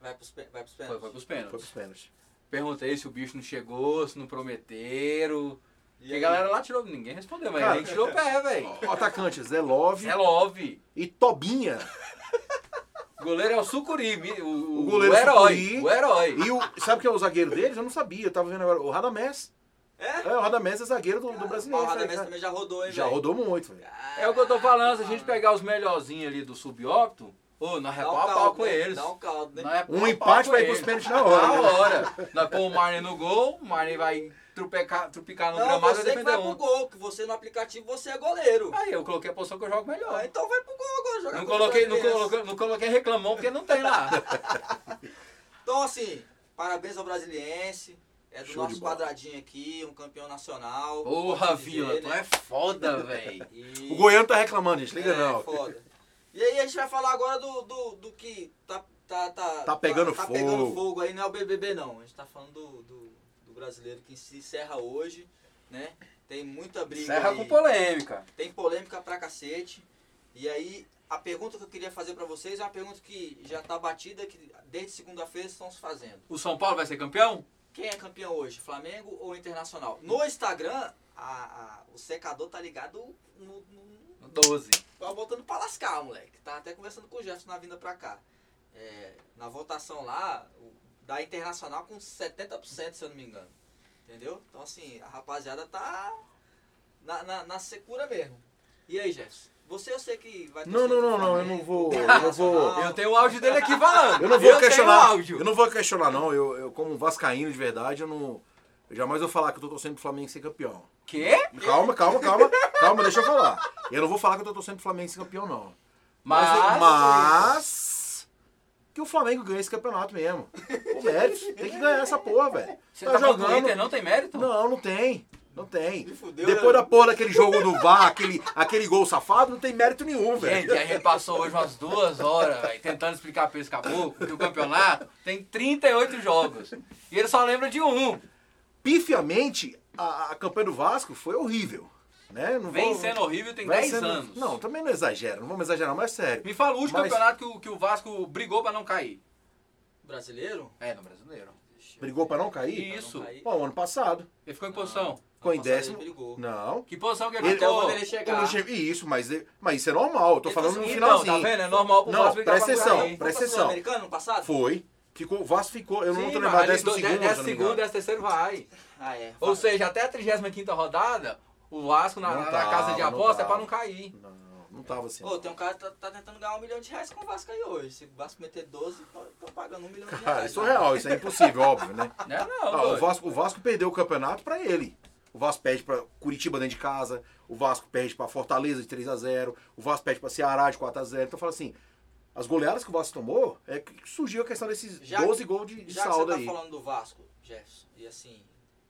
S2: Vai pros, pe- vai pros
S3: Foi,
S2: pênaltis.
S3: foi pros
S1: É. Foi
S3: pênaltis.
S1: pros pênaltis.
S3: Perguntei se o bicho não chegou, se não prometeram.
S2: E
S3: E a
S2: aí?
S3: galera lá tirou, ninguém respondeu, mas
S1: Cara,
S3: ninguém tirou o pé, velho.
S1: O atacante Zé Love
S3: Zé Love.
S1: e Tobinha
S3: O goleiro é o Sucuri, mi- o, o,
S1: O goleiro é o
S3: herói.
S1: Sucuri.
S3: O herói.
S1: E o, sabe quem é o zagueiro deles? Eu não sabia, eu tava vendo agora. O Radamés. É? o Radamés é zagueiro do, do brasileiro.
S2: Mas o Radamés
S1: cara.
S2: Ah, também já rodou, hein,
S1: Já
S2: velho?
S1: rodou muito, velho.
S2: Ah,
S3: né, É o que eu tô falando, se a gente pegar os melhorzinhos ali do subópto, ô, nós é
S2: Dá um
S3: pau a pau
S2: caldo,
S3: com
S2: né?
S3: eles.
S2: Dá um caldo, né?
S3: Nós é pau
S1: Um
S3: a pau
S1: empate
S3: com
S1: vai ir
S3: eles.
S1: pros pênaltis na
S3: Na
S1: hora. né?
S3: hora. Nós põe o Marley no gol, o Marley vai trupecar, trupicar no
S2: Não,
S3: gramado e
S2: você que
S3: defender
S2: vai pro
S3: um.
S2: gol, que você no aplicativo, você é goleiro.
S3: Aí eu coloquei a posição que eu jogo
S2: Ah,
S3: melhor.
S2: então vai pro gol agora, jogar
S3: Não
S2: contra o
S3: coloquei, não,
S2: Brasiliense.
S3: coloquei, não coloquei reclamão porque não tem lá.
S2: Então, assim, parabéns ao Brasiliense. É do
S1: Show de
S2: nosso
S1: bola.
S2: quadradinho aqui, um campeão nacional.
S3: Porra,
S2: pode dizer,
S3: Vila, tu é foda, velho.
S2: E-
S1: O goiano tá reclamando, gente. Liga
S2: é,
S1: não.
S2: foda. E aí a gente vai falar agora do, do, do que tá, tá, tá,
S1: Tá pegando
S2: tá,
S1: fogo.
S2: pegando fogo aí, não é o BBB não. A gente tá falando do, do, do brasileiro que se encerra hoje, né? Tem muita briga
S3: Serra
S2: aí.
S3: com polêmica.
S2: Tem polêmica pra cacete. E aí, a pergunta que eu queria fazer pra vocês é uma pergunta que já tá batida, que desde segunda-feira estão se fazendo.
S3: O São Paulo vai ser campeão?
S2: Quem é campeão hoje, Flamengo ou Internacional? No Instagram, a- a- o secador tá ligado no- no,
S3: 12.
S2: Tava voltando pra lascar, moleque. Tava até conversando com o Jefferson na vinda pra cá. É, na votação lá, o- da Internacional com 70%, se eu não me engano. Entendeu? Então, assim, a rapaziada tá na, na, na secura mesmo. E aí, Jefferson? Você eu sei que vai ter
S1: Não,
S2: sempre
S1: não, não,
S2: o
S1: não, eu
S2: Flamengo,
S1: não vou-
S2: o
S1: eu
S2: Internacional.
S1: não vou-
S3: Eu tenho o áudio dele aqui falando.
S1: Eu não vou
S3: tenho
S1: questionar.
S3: o áudio.
S1: Eu não vou questionar, não. Eu, eu, como um vascaíno de verdade, eu não. Eu jamais vou falar que eu tô torcendo pro Flamengo ser campeão.
S3: Quê?
S1: Calma, calma, calma. Calma, deixa eu falar. Eu não vou falar que eu tô torcendo pro Flamengo ser campeão, não.
S3: Mas,
S1: mas que o Flamengo ganha esse campeonato mesmo. O mérito tem que ganhar essa porra, velho.
S3: Você tá, jogando o Inter, não tem mérito?
S1: Não, não tem. Não tem.
S2: Me fudeu,
S1: Depois
S2: né?
S1: da porra daquele jogo do VAR, aquele, aquele gol safado, não tem mérito nenhum,
S3: Gente,
S1: velho.
S3: a gente passou hoje umas duas horas véi, tentando explicar pra esse caboclo que o campeonato tem 38 jogos. E ele só lembra de um.
S1: Pifiamente, a, a campanha do Vasco foi horrível. Né? Não
S3: Vem
S1: vou-
S3: sendo horrível tem
S1: vai
S3: 10
S1: sendo-
S3: anos.
S1: é Não, também não exagero, não vamos exagerar, mas é sério.
S3: Me fala o último
S1: Mas-
S3: campeonato que o, que o Vasco brigou pra não cair.
S2: Brasileiro?
S3: É, no brasileiro.
S2: Deixa eu
S1: Brigou pra não cair?
S2: ver,
S3: Isso.
S2: pra não cair.
S1: Pô, ano passado.
S3: Ele ficou em
S2: Não.
S3: posição.
S1: Ficou em
S2: Ano passado ele
S1: décimo.
S2: brigou.
S1: Não.
S3: Que posição que ele
S1: Ele-
S2: Até o
S3: ficou?
S2: Wanderlei chegar.
S1: Isso, mas, mas isso é normal, eu tô
S2: Ele
S1: falando no
S2: conseguiu,
S3: Então,
S1: finalzinho.
S3: tá vendo? É normal pro
S1: Não,
S3: Vasco brigar
S1: presta
S3: pra
S1: atenção.
S3: cair.
S1: Presta
S2: Foi pro
S1: atenção.
S2: Sul-Americano um no passado?
S1: Foi. Ficou, o Vasco ficou, eu não
S3: Sim,
S1: tô
S3: mas
S1: lembrado,
S3: ele-
S1: décimo segundo, se eu
S3: décimo
S1: não me engano.
S3: segundo, décimo terceiro vai.
S2: Ah, é.
S3: Ou seja, até a 35 rodada, o Vasco na,
S1: Não
S3: na
S1: tava,
S3: casa de
S1: não
S3: aposta é
S1: tava.
S3: pra não cair.
S1: Não, não tava assim.
S2: Ô, tem um cara que tá, tá tentando ganhar um milhão de reais com o Vasco aí hoje. Se o Vasco meter 12, estão pagando um milhão de
S1: Cara,
S2: reais.
S1: Ah, isso é
S2: né?
S1: real, isso é impossível, óbvio, né?
S2: Tá
S3: Não é não,
S1: Ah, o,
S3: doido.
S1: Vasco, o Vasco perdeu o campeonato pra ele. O Vasco perde para Curitiba dentro de casa, o Vasco perde para Fortaleza de 3 a 0, o Vasco perde para Ceará de 4 a 0. Então fala assim, as goleadas que o Vasco tomou é que surgiu a questão desses
S2: Já
S1: 12 gols de, de
S2: Já que você
S1: saldo
S2: tá
S1: aí.
S2: falando do Vasco, Jefferson, e assim,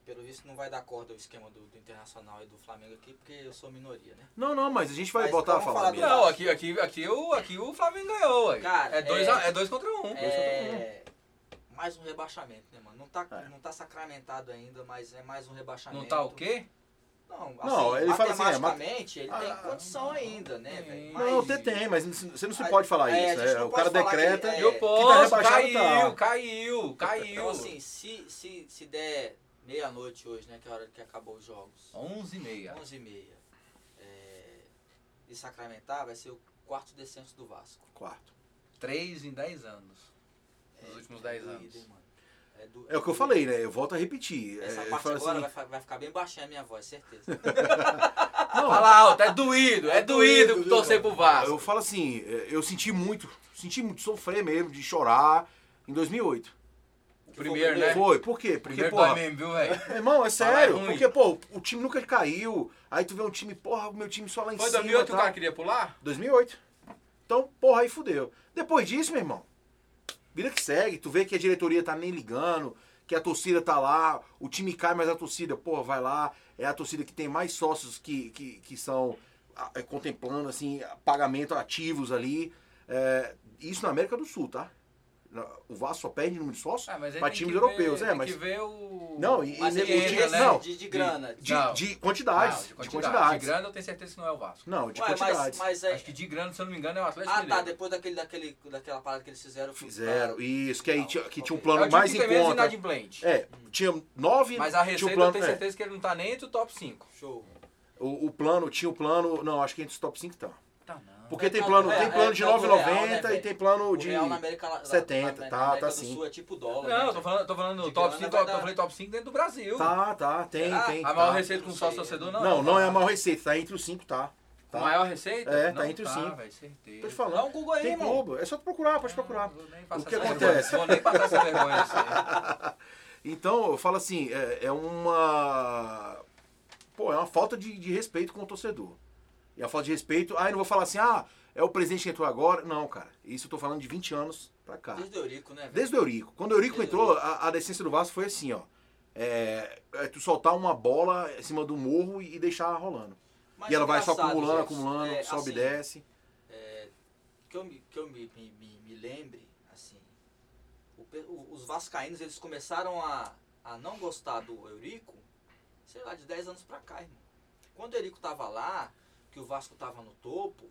S2: pelo visto não vai dar corda o esquema do, do Internacional e do Flamengo aqui, porque eu sou minoria, né?
S1: Não, não, mas a gente vai
S2: Mas então
S1: voltar a
S2: vamos
S1: falar.
S2: falar
S1: mesmo.
S3: Não, aqui, aqui, aqui, o, aqui o Flamengo ganhou, ué.
S2: Cara,
S3: é 2
S2: é-
S3: é... dois contra 1. Um.
S2: É. Mais um rebaixamento, né, mano? Não tá,
S1: É.
S2: não tá sacramentado ainda, mas é mais um rebaixamento.
S3: Não tá o quê?
S2: Não,
S1: Não,
S2: assim,
S1: ele fala assim, é,
S2: matematicamente, ele
S1: Ah,
S2: tem condição ainda, né, velho?
S3: mas-
S1: Não, você tem, mas você não se
S2: Aí-
S1: pode falar
S2: é, a
S1: isso.
S2: gente
S1: é,
S2: não
S1: o
S2: pode
S1: cara
S2: falar que ele-
S1: decreta.
S2: é,
S3: Deu
S2: que tá
S3: posto,
S1: rebaixado,
S3: caiu,
S1: tá.
S3: caiu, caiu,
S2: Então, assim, se, se, se der meia-noite hoje, né, que é a hora que acabou os jogos,
S3: 11 e meia.
S2: 11 e meia, é, e sacramentar, vai ser o quarto descenso do Vasco.
S1: Quarto.
S3: 3 em 10 anos. Nos últimos 10
S2: doído,
S3: anos.
S2: hein, mano? É, do-
S1: É o que eu falei, né? Eu volto a repetir.
S2: Essa
S1: É, eu
S2: parte
S1: falo
S2: agora
S1: assim,
S2: vai, fa- vai ficar bem baixinha a minha voz, certeza.
S1: não,
S3: Fala alto, é doído, é
S2: É doído,
S3: doído,
S2: viu,
S3: torcer pro Vasco.
S1: Eu falo assim, é, eu senti muito, senti muito, sofrer mesmo, de chorar em 2008.
S3: O primeiro, né?
S1: Foi, por quê? Porque,
S3: Primeiro
S1: porra,
S3: dói mesmo, viu, velho?
S1: meu irmão, é
S3: Falar é
S1: sério,
S3: ruim.
S1: porque, pô, o time nunca caiu, aí tu vê um time, porra, o meu time só lá em
S3: Foi
S1: cima.
S3: 2008 que o
S1: tá?
S3: cara queria pular?
S1: 2008. Então, porra, aí fudeu. Depois disso, meu irmão, vida que segue, tu vê que a diretoria tá nem ligando, que a torcida tá lá, o time cai, mas a torcida, porra, vai lá, é a torcida que tem mais sócios que, que, que são ah, é, contemplando, assim, pagamento ativos ali. É, isso na América do Sul, tá? Na- O Vasco só perde número de sócios
S3: Ah, mas aí
S1: pra
S3: tem
S1: times
S3: que
S1: europeus,
S3: ver,
S1: é,
S3: tem
S1: mas
S3: que ver o...
S1: Não, e-
S2: Mas
S1: e-
S2: é
S1: e-
S2: porque
S1: dinheiro,
S2: de,
S1: não.
S2: de, de grana.
S1: de,
S3: Não.
S1: de
S3: Não,
S1: quantidades, de
S3: Ah, de quantidade. De
S1: quantidades.
S3: grana eu tenho certeza que não é o Vasco.
S1: Não, de
S2: Ué, mas,
S1: quantidades.
S2: mas é-
S3: Acho que de grana, se eu não me engano, é o Atlético
S2: Ah, tá,
S3: Mineiro.
S2: depois daquele, daquele, daquela parada que eles fizeram. com-
S1: Fizeram, isso, que aí
S2: Não,
S1: tinha- que tinha um
S2: ok.
S3: É o
S1: plano
S3: time
S1: mais
S3: que
S1: em
S3: tem menos
S1: conta.
S3: inadimplente.
S1: É, tinha nove.
S3: Mas a
S1: tinha
S3: receita
S1: o plano,
S3: eu tenho
S1: é.
S3: certeza que ele não tá nem entre o top 5.
S2: Show.
S1: O, o plano, tinha o plano. Não, acho que entre os top 5 tá.
S3: Tá não.
S1: Porque
S2: É,
S1: tem
S2: tá,
S1: plano,
S2: é,
S1: tem plano
S2: é,
S1: de
S2: tá do
S1: 9,90
S2: real, né,
S1: e
S2: velho?
S1: tem plano
S2: O
S1: de.
S2: real na
S3: é
S2: América, lá-
S1: 70,
S2: na,
S1: tá,
S2: na
S1: tá
S2: América do
S1: sim.
S2: Sul é tipo dólar.
S3: Não,
S2: né,
S3: eu tô falando, tô falando
S2: De
S3: top
S2: grana
S3: 5,
S2: vai
S3: eu
S2: dar-
S3: falei top 5 dentro do Brasil.
S1: Tá, tá, tem,
S2: Será?
S1: tem.
S3: A
S1: tá.
S3: maior receita com
S2: Não
S3: sócio
S2: sei.
S3: torcedor não
S1: Não, não é a
S3: a
S1: maior receita, tá entre os 5, tá. tá.
S3: maior receita?
S1: É,
S3: não
S1: tá entre os cinco.
S3: velho, certeza.
S1: Tô te
S2: Dá
S1: falando.
S2: um Google aí,
S1: Tem
S2: irmão.
S1: Globo, é só tu procurar, pode procurar.
S3: Não vou nem passar
S1: O que
S3: essa
S1: acontece?
S3: vergonha, Vou nem passar essa vergonha. assim.
S1: Então, eu falo assim, é, é uma. Pô, é uma falta de, de respeito com o torcedor. E a falta de respeito. Ah, eu não vou falar assim, ah, é o presidente que entrou agora. Não, cara. Isso eu tô falando de 20 anos pra cá.
S2: Desde o Eurico, né? velho?
S1: Desde o Eurico. Quando o Eurico
S2: Desde o
S1: entrou, a, a decência do Vasco foi assim, ó. É, é tu soltar uma bola em cima do morro e, e deixar rolando.
S2: Mas
S1: e ela vai só
S2: engraçado,
S1: acumulando,
S2: gente,
S1: acumulando,
S2: é,
S1: sobe e
S2: assim,
S1: desce.
S2: Que eu, me, que eu me, me, me- me lembre, assim, o pe- o- os vascaínos, eles começaram a, a não gostar do Eurico, sei lá, de 10 anos pra cá, irmão. Quando o Eurico tava lá, que o Vasco tava no topo,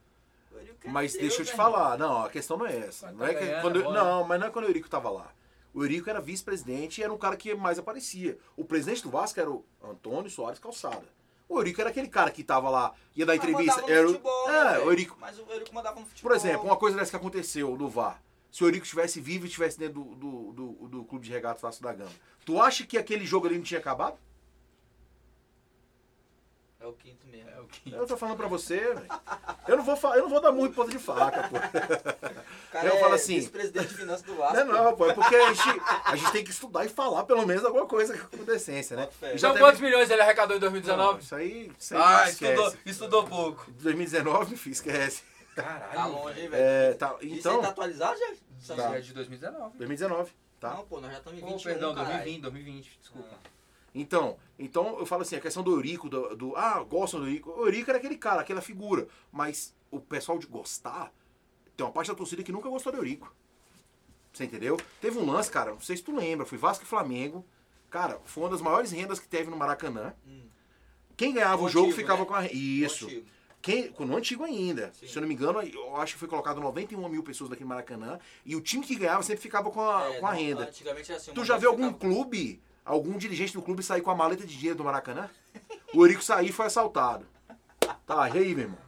S2: o Eurico era
S1: Mas
S2: Deus,
S1: deixa eu te
S2: né,
S1: falar, não, a questão não é essa.
S3: Mas
S1: Não,
S3: tá
S1: é que
S3: ganhando
S1: quando,
S3: agora.
S1: não, mas não é quando o Eurico tava lá. O Eurico era vice-presidente e era um cara que mais aparecia. O presidente do Vasco era o Antônio Soares Calçada. O Eurico era aquele cara que tava lá, ia dar
S2: irmão? Mas
S1: entrevista.
S2: mandava no
S1: Era, o-
S2: futebol, né,
S1: é,
S2: velho?
S1: o Eurico
S2: Mas o Eurico mandava no futebol.
S1: Por exemplo, uma coisa dessa que aconteceu no VAR. Se o Eurico estivesse vivo e estivesse dentro do, do, do, do clube de regatas Vasco da Gama, tu acha que aquele jogo ali não tinha acabado?
S2: É o quinto mesmo.
S3: É o que-
S1: Eu tô falando pra você, velho. Eu não vou fa- eu não vou dar muito ponta de faca, pô.
S2: O
S1: eu
S2: é
S1: falo assim-
S2: vice-presidente de finanças do Vasco.
S1: Não, é não, pô, é porque a gente, a gente tem que estudar e falar pelo menos alguma coisa com decência, né?
S2: Bota fé.
S1: E
S3: Então
S1: teve-
S3: quantos milhões ele arrecadou em
S1: Não,
S3: 2019?
S1: Isso aí, isso aí
S3: Ah,
S1: esquece.
S3: estudou, estudou pouco.
S1: 2019, enfim, esquece.
S3: Caralho.
S2: Tá longe, hein, velho?
S1: É, tá,
S2: Isso aí
S1: então,
S2: tá atualizado, já?
S3: Isso
S1: Tá.
S3: é de 2019.
S1: 2019, tá?
S2: Não, pô, nós já estamos em
S3: Pô,
S2: 21,
S3: perdão,
S2: caralho.
S3: 2020, 2020, desculpa.
S1: Então, então eu falo assim, a questão do Eurico, do, do- ah, gostam do Eurico. O Eurico era aquele cara, aquela figura. Mas o pessoal de gostar, tem uma parte da torcida que nunca gostou do Eurico. Você entendeu? Teve um lance, cara, não sei se tu lembra, foi Vasco e Flamengo. Cara, foi uma das maiores rendas que teve no Maracanã.
S2: Hum.
S1: Quem ganhava
S2: No
S1: o jogo
S2: antigo,
S1: ficava
S2: né?
S1: com a renda. Isso.
S2: Motivo.
S1: Quem, com- no antigo ainda.
S2: Sim.
S1: Se eu não me engano, eu acho que foi colocado 91 mil pessoas naquele Maracanã. E o time que ganhava sempre ficava com a,
S2: É,
S1: Ah, com a
S2: não,
S1: renda.
S2: Antigamente era assim.
S1: Tu
S2: uma
S1: já
S2: vez
S1: viu algum
S2: ficava-
S1: clube, algum dirigente do clube sair com a maleta de dinheiro do Maracanã? O Eurico saiu e foi assaltado. Tá, e aí, meu irmão?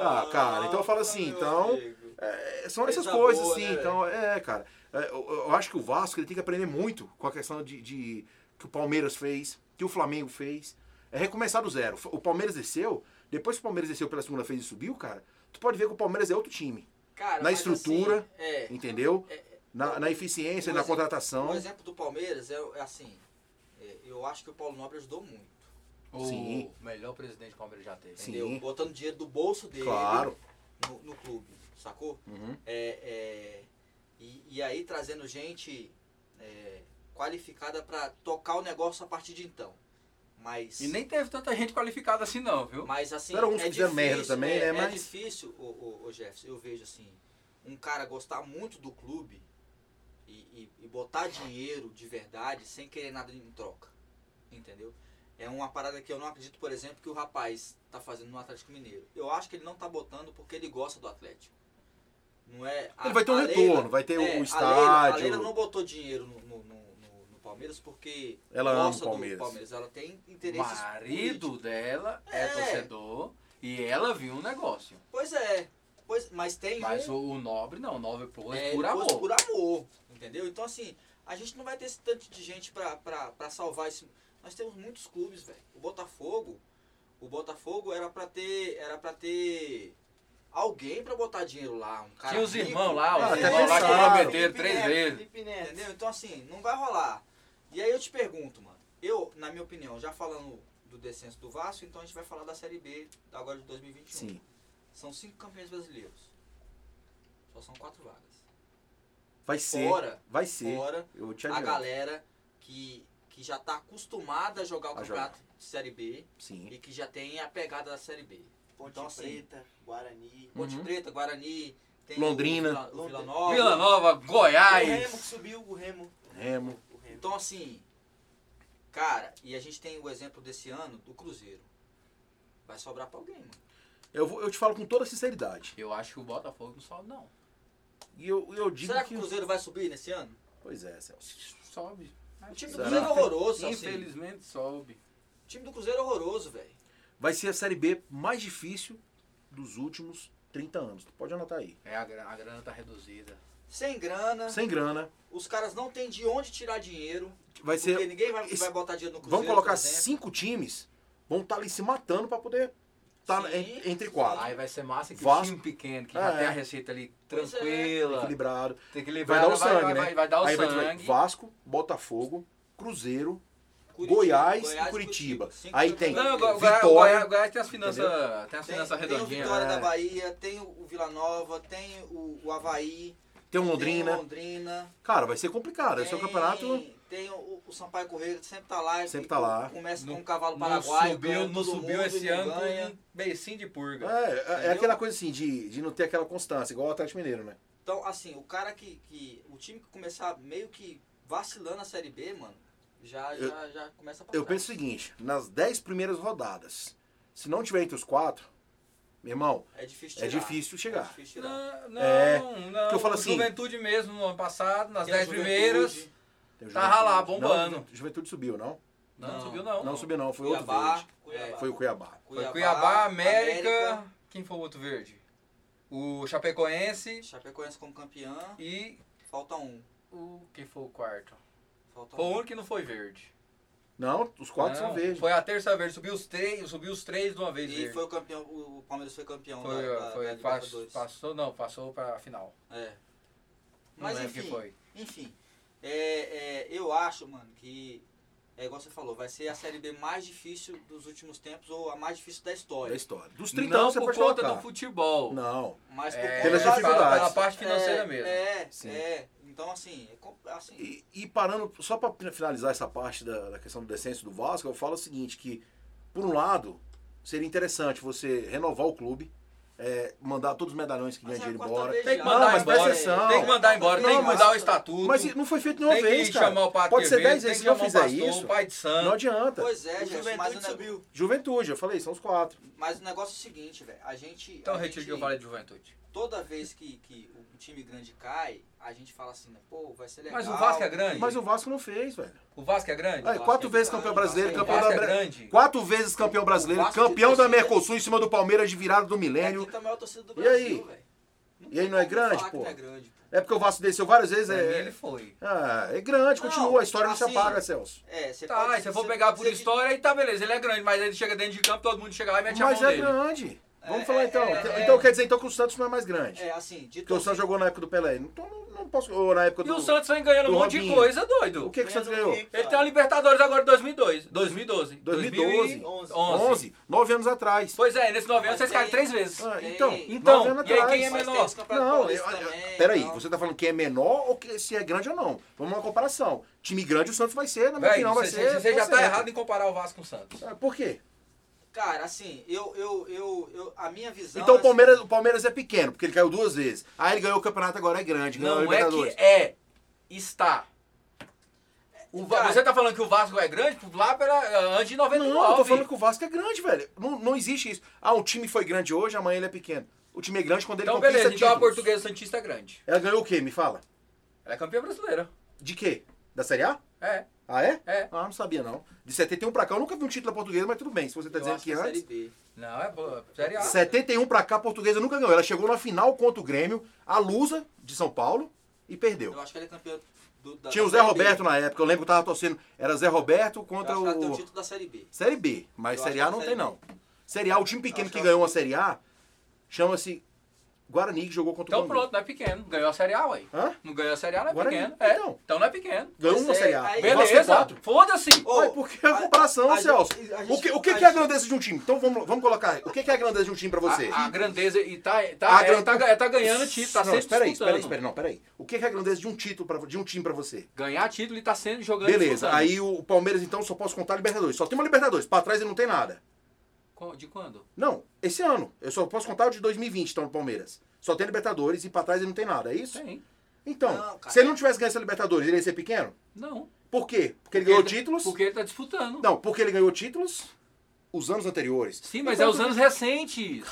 S1: Ah, cara, então eu falo assim,
S2: meu
S1: então,
S2: amigo.
S1: É, são
S2: Coisa
S1: essas coisas,
S2: boa,
S1: assim.
S2: né,
S1: então, é, cara. É, eu, eu acho que o Vasco ele tem que aprender muito com a questão de, de- que o Palmeiras fez, que o Flamengo fez. É recomeçar do zero. O Palmeiras desceu, depois que o Palmeiras desceu pela segunda vez e subiu, cara, tu pode ver que o Palmeiras é outro time.
S2: Cara,
S1: na
S2: mas
S1: estrutura,
S2: assim, é,
S1: Entendeu?
S2: É, é,
S1: Na, na eficiência,
S2: Um
S1: na
S2: exemplo-
S1: contratação.
S2: o exemplo do Palmeiras é, é assim, é, eu acho que o Paulo Nobre ajudou muito.
S3: O
S1: Sim.
S3: melhor presidente que o Palmeiras já teve.
S1: Sim.
S2: Entendeu? Botando dinheiro do bolso dele
S1: Claro.
S2: no, no clube, sacou?
S1: Uhum.
S2: É, é, e, e aí trazendo gente é, qualificada pra tocar o negócio a partir de então. Mas.
S3: E nem teve tanta gente qualificada assim não, viu?
S2: Mas assim,
S1: Tiveram uns
S2: é
S1: um que fizeram
S2: difícil,
S1: merda também,
S2: é,
S1: né,
S2: é
S1: mas-
S2: difícil, o, o, Jefferson, eu vejo assim, um cara gostar muito do clube e, e- e botar dinheiro de verdade sem querer nada em troca. Entendeu? É uma parada que eu não acredito, por exemplo, que o rapaz tá fazendo no Atlético Mineiro. Eu acho que ele não tá botando porque ele gosta do Atlético. Não é.
S1: Ele vai ter um
S2: Leila-
S1: retorno, vai ter o- o
S2: é, A Leila, a
S1: estádio.
S2: Leila não botou dinheiro no, no- no- no- no Palmeiras porque
S1: Ela ama
S2: gosta
S1: o Palmeiras.
S2: do Palmeiras. Ela tem
S3: O
S2: interesses.
S3: marido
S2: políticos.
S3: dela é,
S2: É.
S3: torcedor e ela viu um negócio.
S2: Pois é. Pois, mas tem
S3: Mas
S2: um,
S3: o, o nobre não, o nobre pôs
S2: é,
S3: por
S2: ele pôs
S3: amor.
S2: por amor, entendeu? Então, assim, a gente não vai ter esse tanto de gente pra, pra, pra salvar esse... Nós temos muitos clubes, velho. O Botafogo, o Botafogo era pra ter, era pra ter alguém pra botar dinheiro lá, um cara
S3: Tinha os
S2: rico,
S3: irmãos lá,
S1: Ah,
S3: os
S1: até
S3: irmãos lá que
S1: pensaram.
S3: prometeram três vezes.
S2: Entendeu? Então assim, não vai rolar. E aí eu te pergunto, mano. Eu, na minha opinião, já falando do descenso do Vasco, então a gente vai falar da Série B agora de 2021.
S1: Sim.
S2: São cinco campeões brasileiros. Só são quatro vagas.
S1: Vai ser.
S2: Fora,
S1: Vai ser.
S2: fora
S1: Eu te
S2: a
S1: adianto.
S2: galera que, que já tá acostumada a jogar o
S1: A
S2: campeonato de Série B
S1: Sim.
S2: e que já tem a pegada da Série B.
S4: Ponte
S2: Então, assim,
S4: Preta, Guarani,
S1: Uhum.
S2: Ponte Preta, Guarani, tem
S1: Londrina.
S2: o Vila, o Vila
S4: Londrina.
S2: Nova.
S3: Vila Nova,
S4: o Remo que
S3: Goiás.
S4: subiu, o Remo.
S1: Remo.
S4: O Remo.
S2: Então, assim, cara, e a gente tem o exemplo desse ano do Cruzeiro. Vai sobrar pra alguém, mano.
S1: Eu, vou- eu te falo com toda sinceridade.
S3: Eu acho que o Botafogo não sobe, não.
S1: E eu, eu digo
S2: Será que
S1: que.
S2: o Cruzeiro vai subir nesse ano?
S1: Pois é, Celso.
S3: Sobe.
S2: O time do
S1: Será?
S2: Cruzeiro é horroroso, assim.
S3: Infelizmente sobe.
S2: O time do Cruzeiro é horroroso, velho.
S1: Vai ser a Série B mais difícil dos últimos 30 anos. Tu pode anotar aí.
S3: É, a grana, a grana tá reduzida.
S2: Sem grana,
S1: Sem grana.
S2: os caras não têm de onde tirar dinheiro.
S1: Vai
S2: Porque
S1: ser.
S2: ninguém vai,
S1: esse-
S2: vai botar dinheiro no Cruzeiro.
S1: Vão colocar
S2: por exemplo.
S1: cinco times. Vão estar ali se matando pra poder estar
S2: Sim.
S1: entre
S2: Tá.
S1: quatro.
S3: Aí vai ser massa que
S1: Vasco.
S3: o time pequeno, que
S1: É.
S3: já tem a receita ali
S2: Pois é.
S3: tranquila.
S1: Tá Equilibrado.
S3: Tem que
S1: Vai
S3: liberar,
S1: dar o sangue,
S3: vai,
S1: né?
S3: vai- vai dar o
S1: Aí vai-
S3: sangue.
S1: vai Vasco, Botafogo, Cruzeiro,
S2: Curitiba,
S1: Goiás e
S2: e
S1: Curitiba.
S2: Cinco
S1: Aí
S2: campeões
S1: tem-
S3: Não, o
S2: brasileiros.
S3: Goi- o
S1: Vitória.
S3: Goiás, o Goiás- o Goiás tem as finanças, tem as
S2: Tem,
S3: finanças
S2: tem o
S3: redondinhas.
S2: Vitória
S1: né?
S2: da Bahia, tem o Vila Nova, tem o, o Havaí,
S1: tem o
S2: tem um-
S1: Londrina.
S2: o Londrina.
S1: Cara, vai ser complicado. Esse é o campeonato.
S2: Tem o, o Sampaio Correia, que sempre tá lá.
S1: Sempre
S2: e
S1: tá lá.
S2: Começa
S3: Não-
S2: com um cavalo
S3: Não
S2: paraguaio. ganha
S3: subiu, não
S2: todo
S3: subiu
S2: mundo,
S3: esse
S2: não
S3: ano
S2: ganha.
S3: com um beicinho de purga.
S1: É, É, é
S2: Entendeu?
S1: aquela coisa assim de, de não ter aquela constância, igual o Atlético Mineiro, né?
S2: Então, assim, o cara que, que. O time que começar meio que vacilando a Série B, mano, já,
S1: Eu-
S2: já, já começa pra
S1: Eu
S2: trás.
S1: penso o seguinte: nas 10 primeiras rodadas, se não tiver entre os quatro, meu irmão,
S2: É difícil
S1: é
S2: tirar.
S1: difícil chegar.
S2: É
S3: Tá
S2: difícil tirar.
S3: Não, não,
S1: É,
S3: não.
S1: que eu falo assim-
S3: Juventude mesmo, no ano passado, nas
S2: Tem a
S3: dez
S2: Juventude,
S3: primeiras.
S1: tem o
S3: Tava lá,
S1: Juventude.
S3: bombando.
S1: Não, Juventude subiu, não?
S3: Não,
S2: Não.
S3: subiu
S1: Não,
S3: não.
S1: subiu, não. Foi outro
S2: Cuiabá,
S1: verde. É,
S2: Cuiabá.
S1: Foi o Cuiabá.
S3: Foi Cuiabá, América, Quem foi o outro verde? O Chapecoense
S2: Chapecoense como campeã.
S3: e
S2: Falta um.
S3: o. Quem foi o quarto?
S2: Falta
S3: Foi o
S2: um.
S3: único que não foi verde.
S1: Não, os quatro
S3: Não,
S1: são verdes.
S3: Foi a terça verde, subiu os três, subiu os três de uma vez.
S2: E
S3: verde.
S2: foi o campeão, o Palmeiras foi campeão
S3: é. Foi,
S2: da, da,
S3: foi-
S2: da
S3: pass-
S2: Libertadores.
S3: passou, não, passou pra final.
S2: É.
S3: Não
S2: Mas
S3: lembro
S2: enfim,
S3: quem foi.
S2: enfim. É, é, eu acho, mano, que é igual você falou, vai ser a série B mais difícil dos últimos tempos ou a mais difícil da
S1: Da
S2: história.
S1: história. Dos 30
S3: não
S1: anos você
S3: por
S1: pode
S3: conta
S1: colocar.
S3: do futebol.
S1: Não.
S2: Mas por
S3: É,
S2: conta
S1: Pelas
S2: da-
S1: dificuldades.
S3: Pela parte financeira
S2: é,
S3: mesmo.
S2: É,
S1: Sim.
S2: é. Então assim, é com- assim,
S1: E, e parando, só pra finalizar essa parte da, da questão do descenso do Vasco, eu falo o seguinte, que por um lado, seria interessante você renovar o clube, é, mandar todos os medalhões que
S2: Mas
S1: ganham
S2: é a
S1: dinheiro
S2: quarta
S1: embora.
S2: vez
S3: Tem que
S2: já.
S3: mandar
S1: Não, mas
S3: embora.
S1: presta atenção.
S3: Tem que mandar embora, tem
S1: Não,
S3: que
S1: mas-
S3: mudar o estatuto.
S1: Mas não foi feito nenhuma
S3: tem que
S1: vez, cara.
S3: chamar o padre
S1: Pode ser
S3: Quevedo,
S1: 10 vezes,
S3: tem
S1: se
S3: que
S1: não
S3: chamar o
S1: fizer
S3: pastor,
S1: isso,
S3: o pai de
S1: Não
S3: santo.
S1: adianta.
S2: Pois é,
S4: O
S2: Jefferson, mas o,
S4: Juventude
S2: nego-
S4: subiu.
S1: Juventude, eu falei, são os quatro.
S2: mas o negócio é o seguinte, velho. A gente.
S3: Então
S2: a
S3: retiro
S2: gente,
S3: que eu falei de juventude.
S2: toda vez que, que o time grande cai, a gente fala assim, né, pô, vai ser legal.
S3: Mas o Vasco é grande?
S1: Mas o Vasco não fez, velho.
S3: O Vasco é grande?
S1: Aí,
S2: Vasco
S1: quatro
S2: é
S1: vezes
S2: grande,
S1: campeão
S2: o Vasco
S1: brasileiro,
S2: é
S3: o
S1: campeão
S3: Vasco
S1: da
S3: é
S1: Bre-
S3: grande?
S1: Quatro vezes campeão brasileiro,
S2: Vasco tem
S1: campeão da
S2: torcida.
S1: Mercosul em cima do Palmeiras de virada do
S2: É a
S1: milênio.
S2: quinta maior torcida do
S1: E aí?
S2: Brasil, velho.
S1: E aí não é
S2: Como
S1: grande,
S2: falar que
S1: pô?
S2: não é grande, pô?
S1: É porque o Vasco desceu várias vezes.
S3: Pra mim ele
S1: É,
S3: foi.
S1: ah, é grande,
S2: Não,
S1: continua, a história não
S2: assim,
S1: se apaga, Celso.
S2: É, você
S3: Tá,
S2: pode-
S3: e se eu for
S2: você-
S3: pegar por
S2: você-
S3: história, aí tá beleza, ele é grande, mas ele chega dentro de campo, todo mundo chega lá e mete a
S1: Mas
S3: mão
S1: é
S3: nele.
S1: grande.
S2: É,
S1: Vamos
S2: É,
S1: falar
S2: é,
S1: então.
S2: é,
S1: então
S2: é.
S1: quer dizer então que o Santos não é mais grande.
S2: É, assim, de
S1: Porque o Santos jogou na época do Pelé. Então não, não posso. Ou na época
S3: E
S1: do.
S3: o Santos vem ganhando um
S1: do
S3: monte de
S1: Robinho.
S3: coisa, doido.
S1: O que, que o Santos ganhou?
S3: Ele tem uma Libertadores agora em 2002. 2012.
S1: 2012.
S3: 2011.
S1: 11. Nove anos atrás.
S3: Pois é, nesse 9 anos
S2: Mas
S3: vocês
S2: tem-
S3: caem três vezes.
S1: Ah,
S2: Tem-
S1: então,
S3: Então,
S1: nove anos
S3: e aí
S1: atrás.
S3: quem é
S2: Mas
S3: menor?
S2: tem os campeonatos
S1: Não, eu,
S2: paulistas também,
S1: peraí,
S2: então.
S1: você tá falando quem é menor ou que, se é grande ou não. Vamos uma comparação. Time grande o Santos vai ser, na minha
S3: Véi,
S1: opinião, vai
S3: você,
S1: ser.
S3: você já tá
S1: certo.
S3: errado em comparar o Vasco com o Santos.
S1: Ah, Por quê?
S2: Cara, assim, eu, eu, eu, eu- a minha visão.
S1: então o
S2: assim,
S1: Palmeiras, o Palmeiras é pequeno, porque ele caiu duas vezes. Aí ele ganhou o campeonato, agora é grande. ganhou a
S3: Não é
S1: Libertadores.
S3: que é, está. O Va-
S2: Cara-
S3: você tá falando que o Vasco é grande lá pela, antes de
S1: Não,
S3: 99.
S1: eu tô falando que o Vasco é grande, velho. Não, não existe isso. Ah, um time foi grande hoje, amanhã ele é pequeno. O time é grande quando ele
S3: então,
S1: conquista
S3: beleza, então a
S1: títulos.
S3: portuguesa Santista é grande.
S1: Ela ganhou o quê, me fala?
S3: Ela é campeã brasileira.
S1: De quê? Da Série A?
S3: É,
S1: Ah, é?
S3: é.
S1: Ah, não sabia não. De 71 pra cá eu nunca vi um título da portuguesa, mas tudo bem. Se você tá
S2: eu
S1: dizendo
S2: acho
S1: que
S2: a Série
S1: antes...
S2: B.
S3: Não, é boa. Série A.
S1: 71 pra cá a portuguesa nunca ganhou. Ela chegou na final contra o Grêmio, a Lusa, de São Paulo, e perdeu.
S2: Eu acho que ela é campeã do, da.
S1: Tinha
S2: da
S1: o Zé
S2: Série B.
S1: Roberto na época, eu lembro que eu tava torcendo. Era Zé Roberto
S2: Eu
S1: contra
S2: acho que ela tá tem o
S1: o.
S2: título da Série B.
S1: Série B, mas
S2: Eu
S1: Série
S2: acho
S1: A
S2: que
S1: não
S2: é
S1: tem,
S2: Série
S1: não. Série A, o time pequeno
S2: acho
S1: que
S2: que
S1: ganhou
S2: é
S1: uma Série A chama-se Guarani, que jogou contra o
S3: Então
S1: Palmeiras.
S3: pronto, não é pequeno. Ganhou a Série A, ué.
S1: Hã?
S3: Não ganhou a Série A, não é
S1: Agora
S3: pequeno.
S1: aí,
S3: É,
S1: então.
S3: então não é pequeno.
S1: Ganhou
S2: Mas
S1: uma
S2: é,
S1: Série A.
S2: aí-
S1: O Vasco tem
S3: Beleza,
S1: quatro.
S3: foda-se.
S2: Ô,
S1: Ué, por que a
S2: a-
S1: comparação,
S2: a gente-
S1: Celso?
S2: a gente-
S1: o que, o que,
S2: a
S1: que é a
S2: gente-
S1: grandeza de um time? Então vamos, vamos colocar aí. O que, que é a grandeza de um time pra você?
S3: A, a grandeza e tá, tá,
S1: A
S3: é,
S1: gran-
S3: tá, ga- tá ganhando título, tá
S1: não,
S3: sempre
S1: espera aí, espera
S3: disputando.
S1: aí, espera aí, não, espera aí. O que que é a grandeza de um título pra, de um time pra você?
S3: Ganhar título e tá sendo jogando.
S1: Beleza,
S3: disputando.
S1: aí o Palmeiras então só posso contar a Libertadores. Só tem uma Libertadores, pra trás ele não tem nada.
S3: Co- De quando?
S1: Não, esse ano. Eu só posso contar o de 2020, então, do Palmeiras. Só tem Libertadores e pra trás ele não tem nada, é isso?
S3: Sim.
S1: Então,
S2: Não, cara.
S1: se ele não tivesse ganho essa Libertadores, ele ia ser pequeno?
S3: Não.
S1: Por quê? Porque ele ganhou
S3: tá-
S1: títulos?
S3: Porque ele tá disputando.
S1: Não, porque ele ganhou títulos os anos anteriores.
S3: Sim, mas
S1: Então,
S3: é os anos recentes.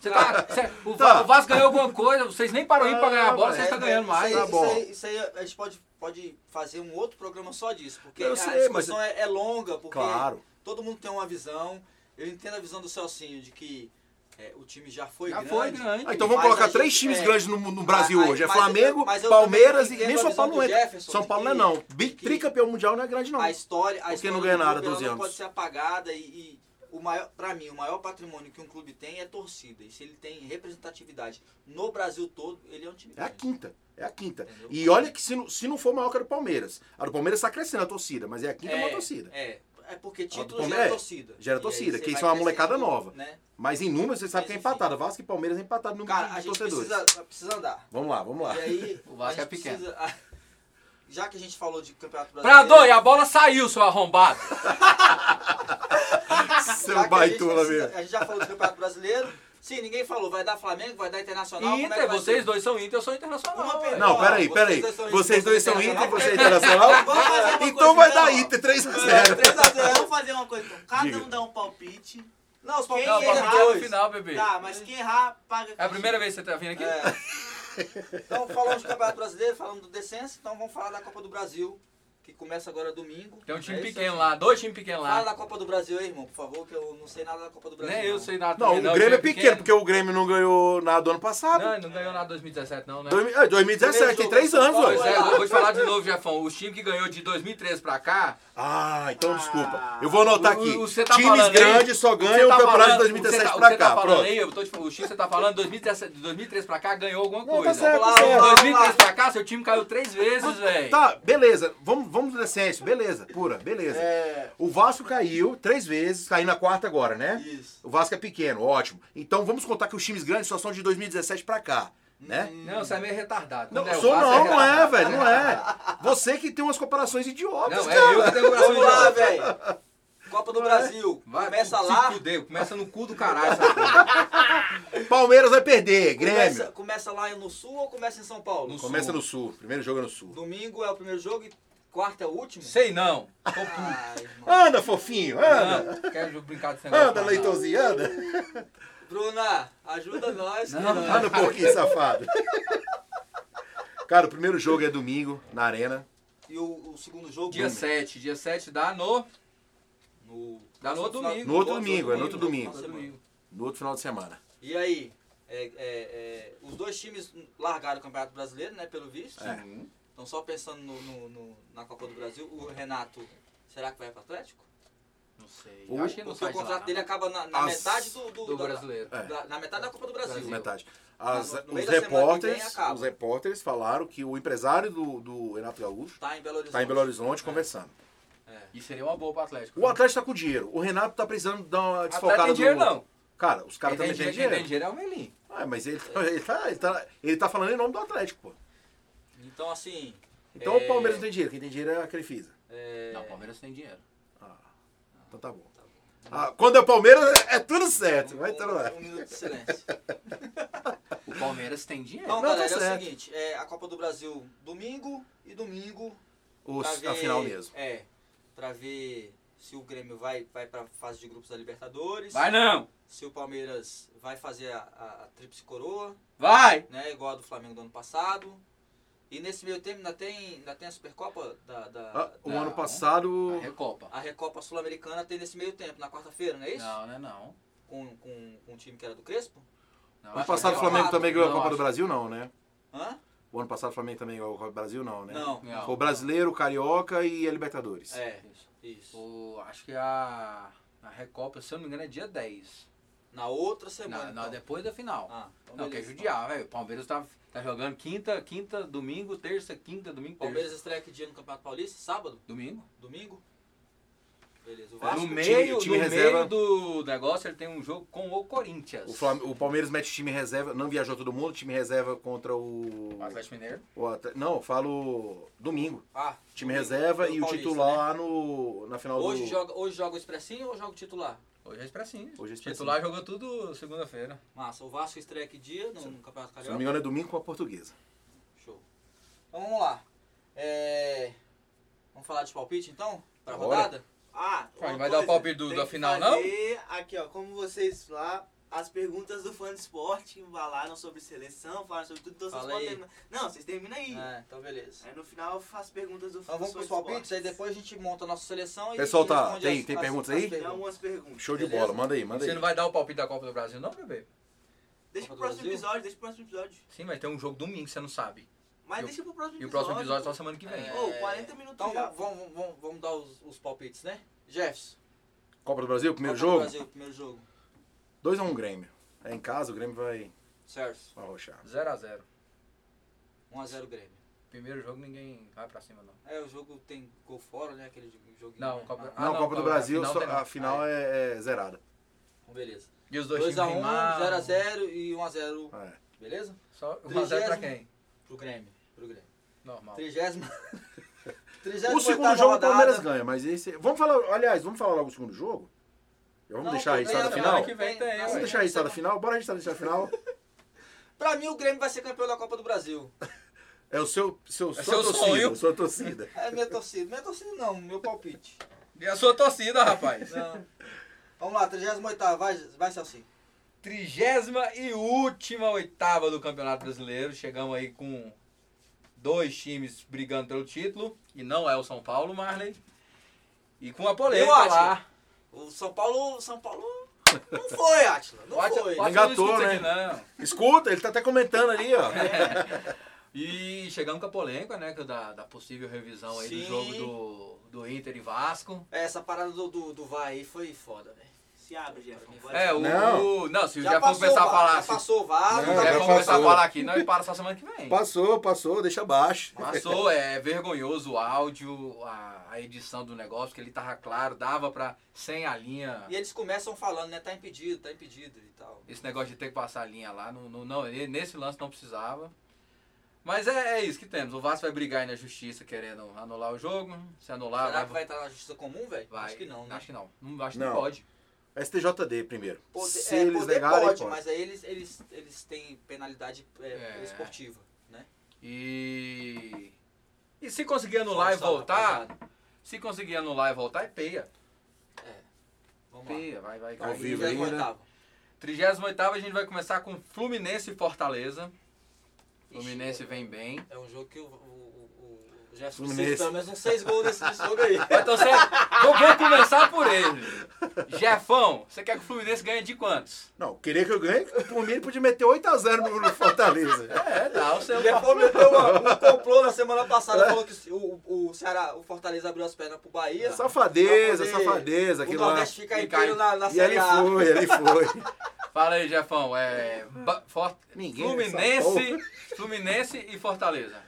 S3: Você tá, você- o, Va-
S1: Tá.
S3: o Vasco ganhou alguma coisa, vocês nem pararam aí pra ganhar a bola,
S1: Ah,
S3: vocês estão
S1: é,
S3: ganhando mais.
S2: Isso
S1: Tá
S2: aí,
S1: bom.
S2: Isso aí, isso aí a gente pode, pode fazer um outro programa só disso, porque
S1: Eu
S2: a
S1: sei, mas-
S2: discussão é, é longa, porque
S1: Claro.
S2: todo mundo tem uma visão. Eu entendo a visão do Celcinho de que é, o time já foi
S3: Já
S2: grande.
S3: foi grande.
S1: Ah, então vamos
S2: Mas
S1: colocar
S2: a gente-
S1: três times
S2: é.
S1: grandes no, no Brasil
S2: Mas-
S1: hoje. É
S2: mas eu-
S1: Flamengo,
S2: mas eu também
S1: Palmeiras e
S2: entendo
S1: nem
S2: a
S1: São
S2: visão
S1: Paulo
S2: do
S1: não entra.
S2: Jefferson,
S1: São Paulo não é
S2: que-
S1: não. Bi-
S2: que-
S1: Tricampeão mundial não é grande não.
S2: A história, a
S1: Porque
S2: história
S1: não
S2: do
S1: ganha nada
S2: clube, ela
S1: 12
S2: não
S1: anos.
S2: pode ser apagada e, e o maior, pra mim, o maior patrimônio que um clube tem é torcida. E se ele tem representatividade no Brasil todo, ele é um time
S1: É a
S2: grande.
S1: quinta. É a quinta.
S2: Entendeu?
S1: E olha que se não, se não for maior que a do Palmeiras. A do Palmeiras está crescendo a torcida, mas é a quinta maior torcida.
S2: É, é porque título
S1: Palmeiras
S2: gera
S1: é,
S2: torcida.
S1: gera
S2: E aí
S1: torcida,
S2: você
S1: que
S2: vai
S1: isso é uma
S2: crescendo,
S1: molecada nova.
S2: Né?
S1: Mas em números você sabe que é
S2: Sim, sim, sim.
S1: empatado. Vasco e Palmeiras é empatado no número
S2: Cara, a
S1: de
S2: gente
S1: torcedores.
S2: precisa, precisa andar.
S1: Vamos lá, vamos lá.
S2: E aí,
S3: O Vasco
S2: a
S3: é
S2: gente
S3: pequeno.
S2: precisa- já que a gente falou de campeonato brasileiro...
S3: Prador, e a bola saiu, seu arrombado.
S2: já
S1: Seu
S2: que a gente
S1: baitula
S2: precisa-
S1: mesmo.
S2: A gente já falou de campeonato brasileiro. Sim, ninguém falou. Vai dar Flamengo, vai dar Internacional. como é que
S3: Inter,
S2: vai
S3: vocês
S2: ser?
S3: dois são Inter, eu sou internacional.
S2: Uma
S3: ué.
S2: pergunta.
S1: Não,
S2: Ó,
S1: peraí, peraí.
S2: vocês dois são
S1: Vocês dois são
S2: Internacional.
S1: Inter e você é Internacional?
S2: Vamos fazer uma
S1: Então
S2: coisa,
S1: vai dar
S2: então, ó.
S1: Inter 3 a 0
S2: 3x0.
S4: Vamos fazer uma coisa então. Cada um
S1: Diga.
S4: dá um palpite.
S2: Não, os
S4: Quem
S2: palpites
S3: Não,
S4: Quem
S3: pra
S4: errar,
S3: mim é o
S2: erraram.
S3: final, bebê.
S4: Tá, mas quem errar, paga.
S3: É a primeira vez que você tá vindo aqui?
S2: É. Então, falamos do Campeonato Brasileiro, falamos do descenso, então vamos falar da Copa do Brasil, que começa agora domingo.
S3: Tem um time
S2: É isso?
S3: pequeno lá, dois times pequenos
S2: Fala
S3: lá.
S2: da Copa do Brasil aí, irmão, por favor, que eu não sei nada da
S1: Né,
S2: Copa do Brasil.
S3: Nem eu
S2: não.
S3: sei nada.
S1: Não,
S3: também,
S1: o Grêmio é
S3: time
S1: pequeno, porque o Grêmio não ganhou nada do ano passado.
S3: Não, ele não ganhou nada em 2017, não, né?
S1: Dois mil- é, 2017, tem três anos,
S2: Pois
S3: Pois
S1: hoje.
S3: é, eu vou te falar de novo, Jefão. Os times que ganhou de 2013 pra cá,
S1: Ah, então
S4: Ah.
S1: desculpa. Eu vou anotar aqui.
S3: O- o- você tá
S1: Times
S3: falando aí,
S1: grandes só
S3: que
S1: ganham
S3: tá
S1: o campeonato de
S3: falando- o
S1: 2017
S3: que você tá- o que
S1: pra
S3: você tá
S1: cá.
S3: falando
S1: Pronto.
S3: aí, eu tô te falando, o X você tá falando, 2017, de 2003 pra cá ganhou alguma
S1: Não, tá
S3: coisa.
S1: certo,
S2: tá certo.
S3: de 2003 pra cá, seu time caiu três vezes, velho.
S1: Tá, beleza. Vamos, vamos do descenso. Beleza, pura, beleza.
S2: É,
S1: O Vasco caiu três vezes, caiu na quarta agora, né?
S2: isso.
S1: O Vasco é pequeno, ótimo. Então vamos contar que os times grandes só são de 2017 pra cá, né?
S3: Não, você é meio retardado.
S1: Não,
S3: Quando é o
S1: sou
S3: Vasco,
S1: não, não é,
S3: retardado.
S1: velho, não é. Você que tem umas comparações idiotas,
S3: Não, é
S1: cara.
S3: eu que tenho coração
S2: Vamos lá,
S3: idiota.
S2: velho. Copa do Brasil,
S3: Vai,
S2: começa
S3: se
S2: lá.
S3: fuder, começa no cu do caralho essa porra.
S1: Palmeiras vai perder, Grêmio.
S2: Começa, começa lá no Sul ou começa em São Paulo?
S1: Começa no Sul, primeiro jogo é no Sul.
S2: Domingo é o primeiro jogo e quarta é o último?
S3: Sei não. Tô
S1: é
S3: puto.
S2: Ah, irmão.
S1: Anda, fofinho, anda.
S3: Não, não quero brincar desse negócio.
S1: Anda,
S3: não.
S1: leitãozinho, anda.
S2: Bruna, ajuda nós.
S3: Não,
S2: cara.
S1: Anda um pouquinho, safado. Cara, o primeiro jogo é domingo, na Arena.
S2: E o, o segundo jogo?
S3: Dia
S2: Domingo.
S3: 7, dia 7 dá no...
S2: No,
S3: Dá no outro domingo.
S1: No outro domingo, é no outro domingo.
S2: Nossa, mano.
S1: No outro final de semana.
S2: E aí? é, é, é, os dois times largaram o Campeonato Brasileiro, né? Pelo visto.
S1: É.
S2: Então, só pensando no, no- no- na Copa do Brasil, o Renato, será que vai para Atlético?
S3: Não sei.
S1: O-
S3: Eu acho que ele não
S2: Porque o
S3: sai de lá,
S2: contrato
S3: não.
S2: dele acaba na, na
S1: As-
S2: metade do, do-
S3: do
S2: da-
S3: brasileiro.
S1: É.
S2: da- na metade da Copa do Brasil.
S3: Brasil.
S1: metade. As-
S2: No meio
S1: os,
S2: da semana que vem
S1: repórteres,
S2: acaba.
S1: os repórteres falaram que o empresário do, do Renato Gaúcho
S2: Tá em Belo Horizonte.
S1: está em Belo Horizonte conversando.
S2: É.
S3: E seria uma boa pro Atlético.
S1: O Atlético tá com dinheiro. O Renato tá precisando dar uma
S3: Atlético
S1: desfocada
S3: tem dinheiro,
S1: do...
S3: não.
S1: Cara, os caras
S3: Quem
S1: também
S3: tem
S1: têm
S3: dinheiro, quem tem
S1: dinheiro.
S3: dinheiro é o Melim.
S1: Ah, mas ele, ele, tá, ele, tá, ele tá falando em nome do Atlético, pô.
S2: Então, assim,
S1: Então
S2: É.
S1: o Palmeiras não tem dinheiro. Quem tem dinheiro é a Crefisa.
S2: é,
S3: Não, o Palmeiras tem dinheiro.
S1: Então tá bom. Ah, quando é o Palmeiras, é tudo certo. Vai estar lá.
S2: um, um minuto de silêncio.
S3: O Palmeiras tem dinheiro.
S2: Então,
S1: Não, tá
S2: galera, é o
S1: certo.
S2: seguinte, é, a Copa do Brasil domingo e domingo
S1: Ou
S2: pra
S1: a
S2: ver-
S1: final mesmo.
S2: É, pra ver se o Grêmio vai, vai pra fase de grupos da Libertadores,
S3: Vai não!
S2: se o Palmeiras vai fazer a, a, a tríplice coroa,
S3: Vai!
S2: né, igual a do Flamengo do ano passado. E nesse meio tempo ainda tem, ainda tem a Supercopa da... da-
S1: Ah, o
S3: Não.
S2: da-
S1: ano passado.
S3: A Recopa.
S2: A Recopa Sul-Americana tem nesse meio tempo, na quarta-feira, não é isso?
S3: Não, não é não.
S2: Com, com, com o time que era do Crespo?
S3: Não,
S1: O ano
S3: acho
S1: passado o
S3: que é
S1: Flamengo
S2: Recopa.
S1: também ganhou a
S3: Não,
S1: Copa do
S3: acho-
S1: Brasil, não, né?
S2: Hã?
S1: O ano passado o Flamengo também ganhou a Copa do Brasil, não, né?
S2: Não.
S3: Não.
S1: Foi o brasileiro, o carioca e a Libertadores.
S2: É,
S3: Isso.
S2: isso.
S3: O- acho que é a, a Recopa, se eu não me engano, é dia 10.
S2: Na outra
S3: Na-
S2: semana.
S3: na-
S2: então.
S3: depois da final.
S2: Ah, então
S3: não, é quer
S2: beleza,
S3: judiar, velho. O Palmeiras tá, tá jogando quinta, quinta, domingo, terça, quinta, domingo,
S2: então.
S3: terça.
S2: Palmeiras estreia que dia no Campeonato Paulista? Sábado?
S3: Domingo.
S2: Domingo? Beleza, o
S1: acho
S2: Vasco.
S3: no
S1: que o
S3: meio,
S1: time- o time
S3: no
S1: reserva-
S3: meio do negócio, ele tem um jogo com o Corinthians.
S1: O, Flam- o Palmeiras mete time reserva, não viajou todo mundo, time reserva contra o.
S3: O Atlético Mineiro.
S1: o Atle- Não, eu falo domingo.
S2: Ah,
S1: Time
S2: domingo,
S1: reserva
S2: pelo
S1: e o
S2: Paulista, né?
S1: titular é no, na final
S2: Hoje
S1: do.
S2: joga, hoje joga o Expressinho ou joga o titular?
S3: Hoje é expressinho.
S1: Hoje é
S3: O
S1: expressinho.
S3: Titular jogou tudo segunda-feira.
S2: Massa, o Vasco estreia que dia no, no Campeonato
S1: Se não me
S2: Carioca?
S1: engano, é domingo com a portuguesa.
S2: Show. Então vamos lá. É, Vamos falar de palpite então? Pra
S1: Bora.
S2: rodada?
S4: Ah,
S3: Vai
S4: uma
S3: dar o
S4: coisa,
S3: palpite do-
S4: tem
S3: da
S4: que
S3: final,
S4: fazer Aqui, ó, como vocês lá, as perguntas do fã de esporte falaram sobre seleção, falaram sobre tudo, então
S2: Fala
S4: vocês podem
S2: aí.
S4: terminar. Não, vocês terminam aí.
S2: É, então beleza.
S4: Aí no final eu faço perguntas do fã
S2: Então vamos
S4: do
S2: pros
S4: fã de
S2: palpites, aí
S4: esporte.
S2: depois a gente monta a nossa seleção e.
S1: Pessoal, tá,
S2: responde
S1: tem- tem perguntas aí?
S4: Tem algumas perguntas.
S1: Show de
S2: Beleza.
S1: bola, manda aí, manda
S3: Você
S1: aí.
S3: não vai dar o palpite da Copa do Brasil, não, bebê?
S2: Copa
S4: Deixa pro
S2: do
S4: próximo
S2: Brasil?
S4: episódio, deixa pro próximo episódio.
S3: Sim, mas tem um jogo domingo, você não sabe.
S4: Mas
S3: E o-
S4: deixa pro
S3: E
S4: próximo episódio.
S3: o próximo episódio
S4: pô.
S3: só semana que vem.
S2: É.
S4: Ô, 40 minutos
S2: Então
S4: já.
S2: vamos, vamos, vamos- vamos dar os, os palpites, né? Jeffs.
S1: Copa do Brasil, primeiro
S2: Copa do
S1: jogo?
S2: Brasil, primeiro jogo.
S1: 2x1 Grêmio. É em casa, o Grêmio vai
S2: Certo.
S1: arrochar.
S3: 0x0.
S2: 1x0 Grêmio.
S3: Primeiro jogo ninguém vai pra cima, não.
S2: É, o jogo tem gol fora, né? Aquele jogo.
S3: Não, Copa- Ah,
S1: não,
S3: não,
S1: Copa do
S3: Copa-
S1: Brasil,
S3: a final
S1: só-
S3: tem não.
S1: a final é, é zerada.
S2: Então, beleza.
S3: E os dois
S2: 2x1,
S3: times rimaram.
S2: 0x0 e 1x0.
S1: É.
S2: Beleza?
S3: Só 1x0 pra
S2: Trigésimo.
S3: quem?
S2: Pro Grêmio. Pro Grêmio.
S3: Normal.
S2: Trigésima.
S1: O
S2: 38ª
S1: segundo jogo o
S2: rodada.
S1: Palmeiras ganha, mas esse. Vamos falar, aliás, vamos falar logo do segundo jogo? Já vamos
S2: Não,
S1: deixar
S2: tem
S1: registrado a
S2: a
S1: final?
S3: semana que vem tem,
S1: Vamos
S3: ué.
S1: deixar registrado a final? Bora registrar a final.
S2: Pra mim, o Grêmio vai ser campeão da Copa do Brasil.
S1: É o seu, seu, sua
S3: seu
S1: torcida,
S3: sonho.
S1: sua torcida.
S2: É minha torcida. Minha torcida não, meu palpite.
S3: E a sua torcida, rapaz?
S2: Não. Vamos lá, 38ª. Vai, vai assim. Celcinho.
S3: Trigésima e última oitava do Campeonato Brasileiro. Chegamos aí com dois times brigando pelo título. E não é o São Paulo, Marley. E com a polêmica
S2: Eu acho.
S3: lá.
S2: O São Paulo... o São Paulo... Não foi, Atila. Não
S3: Pode-
S2: foi.
S3: pode-
S1: Engatou,
S3: não escuta
S1: né?
S3: aqui, não.
S1: Escuta, ele tá até comentando ali, ó.
S3: E chegamos com a polêmica, né? que Da, da possível revisão aí do
S2: Sim.
S3: jogo do, do Inter e Vasco.
S2: É, Essa parada do, do, do VAR aí foi foda, velho.
S4: Se abre, Jefferson. bora.
S3: É, o.
S1: Não.
S3: o- Não, se o
S2: Já
S3: Jeff for
S2: passou
S3: começar
S2: o
S3: a
S2: VAR,
S3: falar.
S2: Já
S3: se- Né?
S2: passou tá- o VAR,
S1: Não,
S3: Se o
S1: já
S3: Jeff for começar a
S1: passou.
S3: falar aqui, nós para só semana que vem.
S1: Passou, passou, deixa abaixo.
S3: Passou, é vergonhoso o áudio, a, a edição do negócio, que ele tava claro, dava pra sem a linha.
S2: E eles começam falando, né? Tá impedido, tá impedido e tal.
S3: Esse negócio de ter que passar a linha lá, não, não, não, e nesse lance não precisava. Mas é, é isso que temos. O Vasco vai brigar aí na justiça querendo anular o jogo. Se anular,
S2: Será
S3: vai,
S2: que vai entrar na justiça comum, velho?
S3: vai-
S2: Acho que não, né?
S3: Acho que não. Não, acho que
S1: Não.
S3: não pode.
S1: STJD primeiro.
S2: Poder-
S1: Se
S2: é,
S1: eles
S2: poder
S1: negarem,
S2: pode,
S1: pode.
S2: mas aí eles, eles, eles têm penalidade é,
S3: É.
S2: esportiva, né?
S3: E. E se conseguir anular e
S2: Só- só,
S3: voltar,
S2: rapaziada.
S3: se conseguir anular e voltar, é peia.
S2: Vamos lá.
S3: Peia, vai, vai.
S1: Ao
S3: vai.
S1: vivo. aí, né?
S2: 38ª.
S3: 38 a gente vai começar com Fluminense e Fortaleza.
S2: Ixi,
S3: Fluminense vem bem.
S2: É um jogo que o, o, o, o Jefferson
S1: Fluminense.
S2: precisa pelo menos uns seis gols nesse jogo aí.
S3: Então você. Vou, vou começar por ele. Jefão, você quer que o Fluminense ganhe de quantos?
S1: Não, queria que eu ganhe, por mim ele podia meter 8x0 no no Fortaleza.
S3: É, dá o seu.
S2: O Jefão meteu uma- um complô na semana passada, falou que o, o Ceará, o Fortaleza abriu as pernas pro Bahia.
S1: Safadeza,
S2: Pra poder-
S1: safadeza, aquilo
S2: O
S1: lá.
S2: Nordeste fica
S3: E
S2: aí
S3: cai.
S2: inteiro na, na
S1: E ele
S2: Série A.
S1: foi, ele foi.
S3: Fala aí, Jefão. É, Ba- For-
S1: Ninguém
S3: Fluminense, Fluminense e Fortaleza.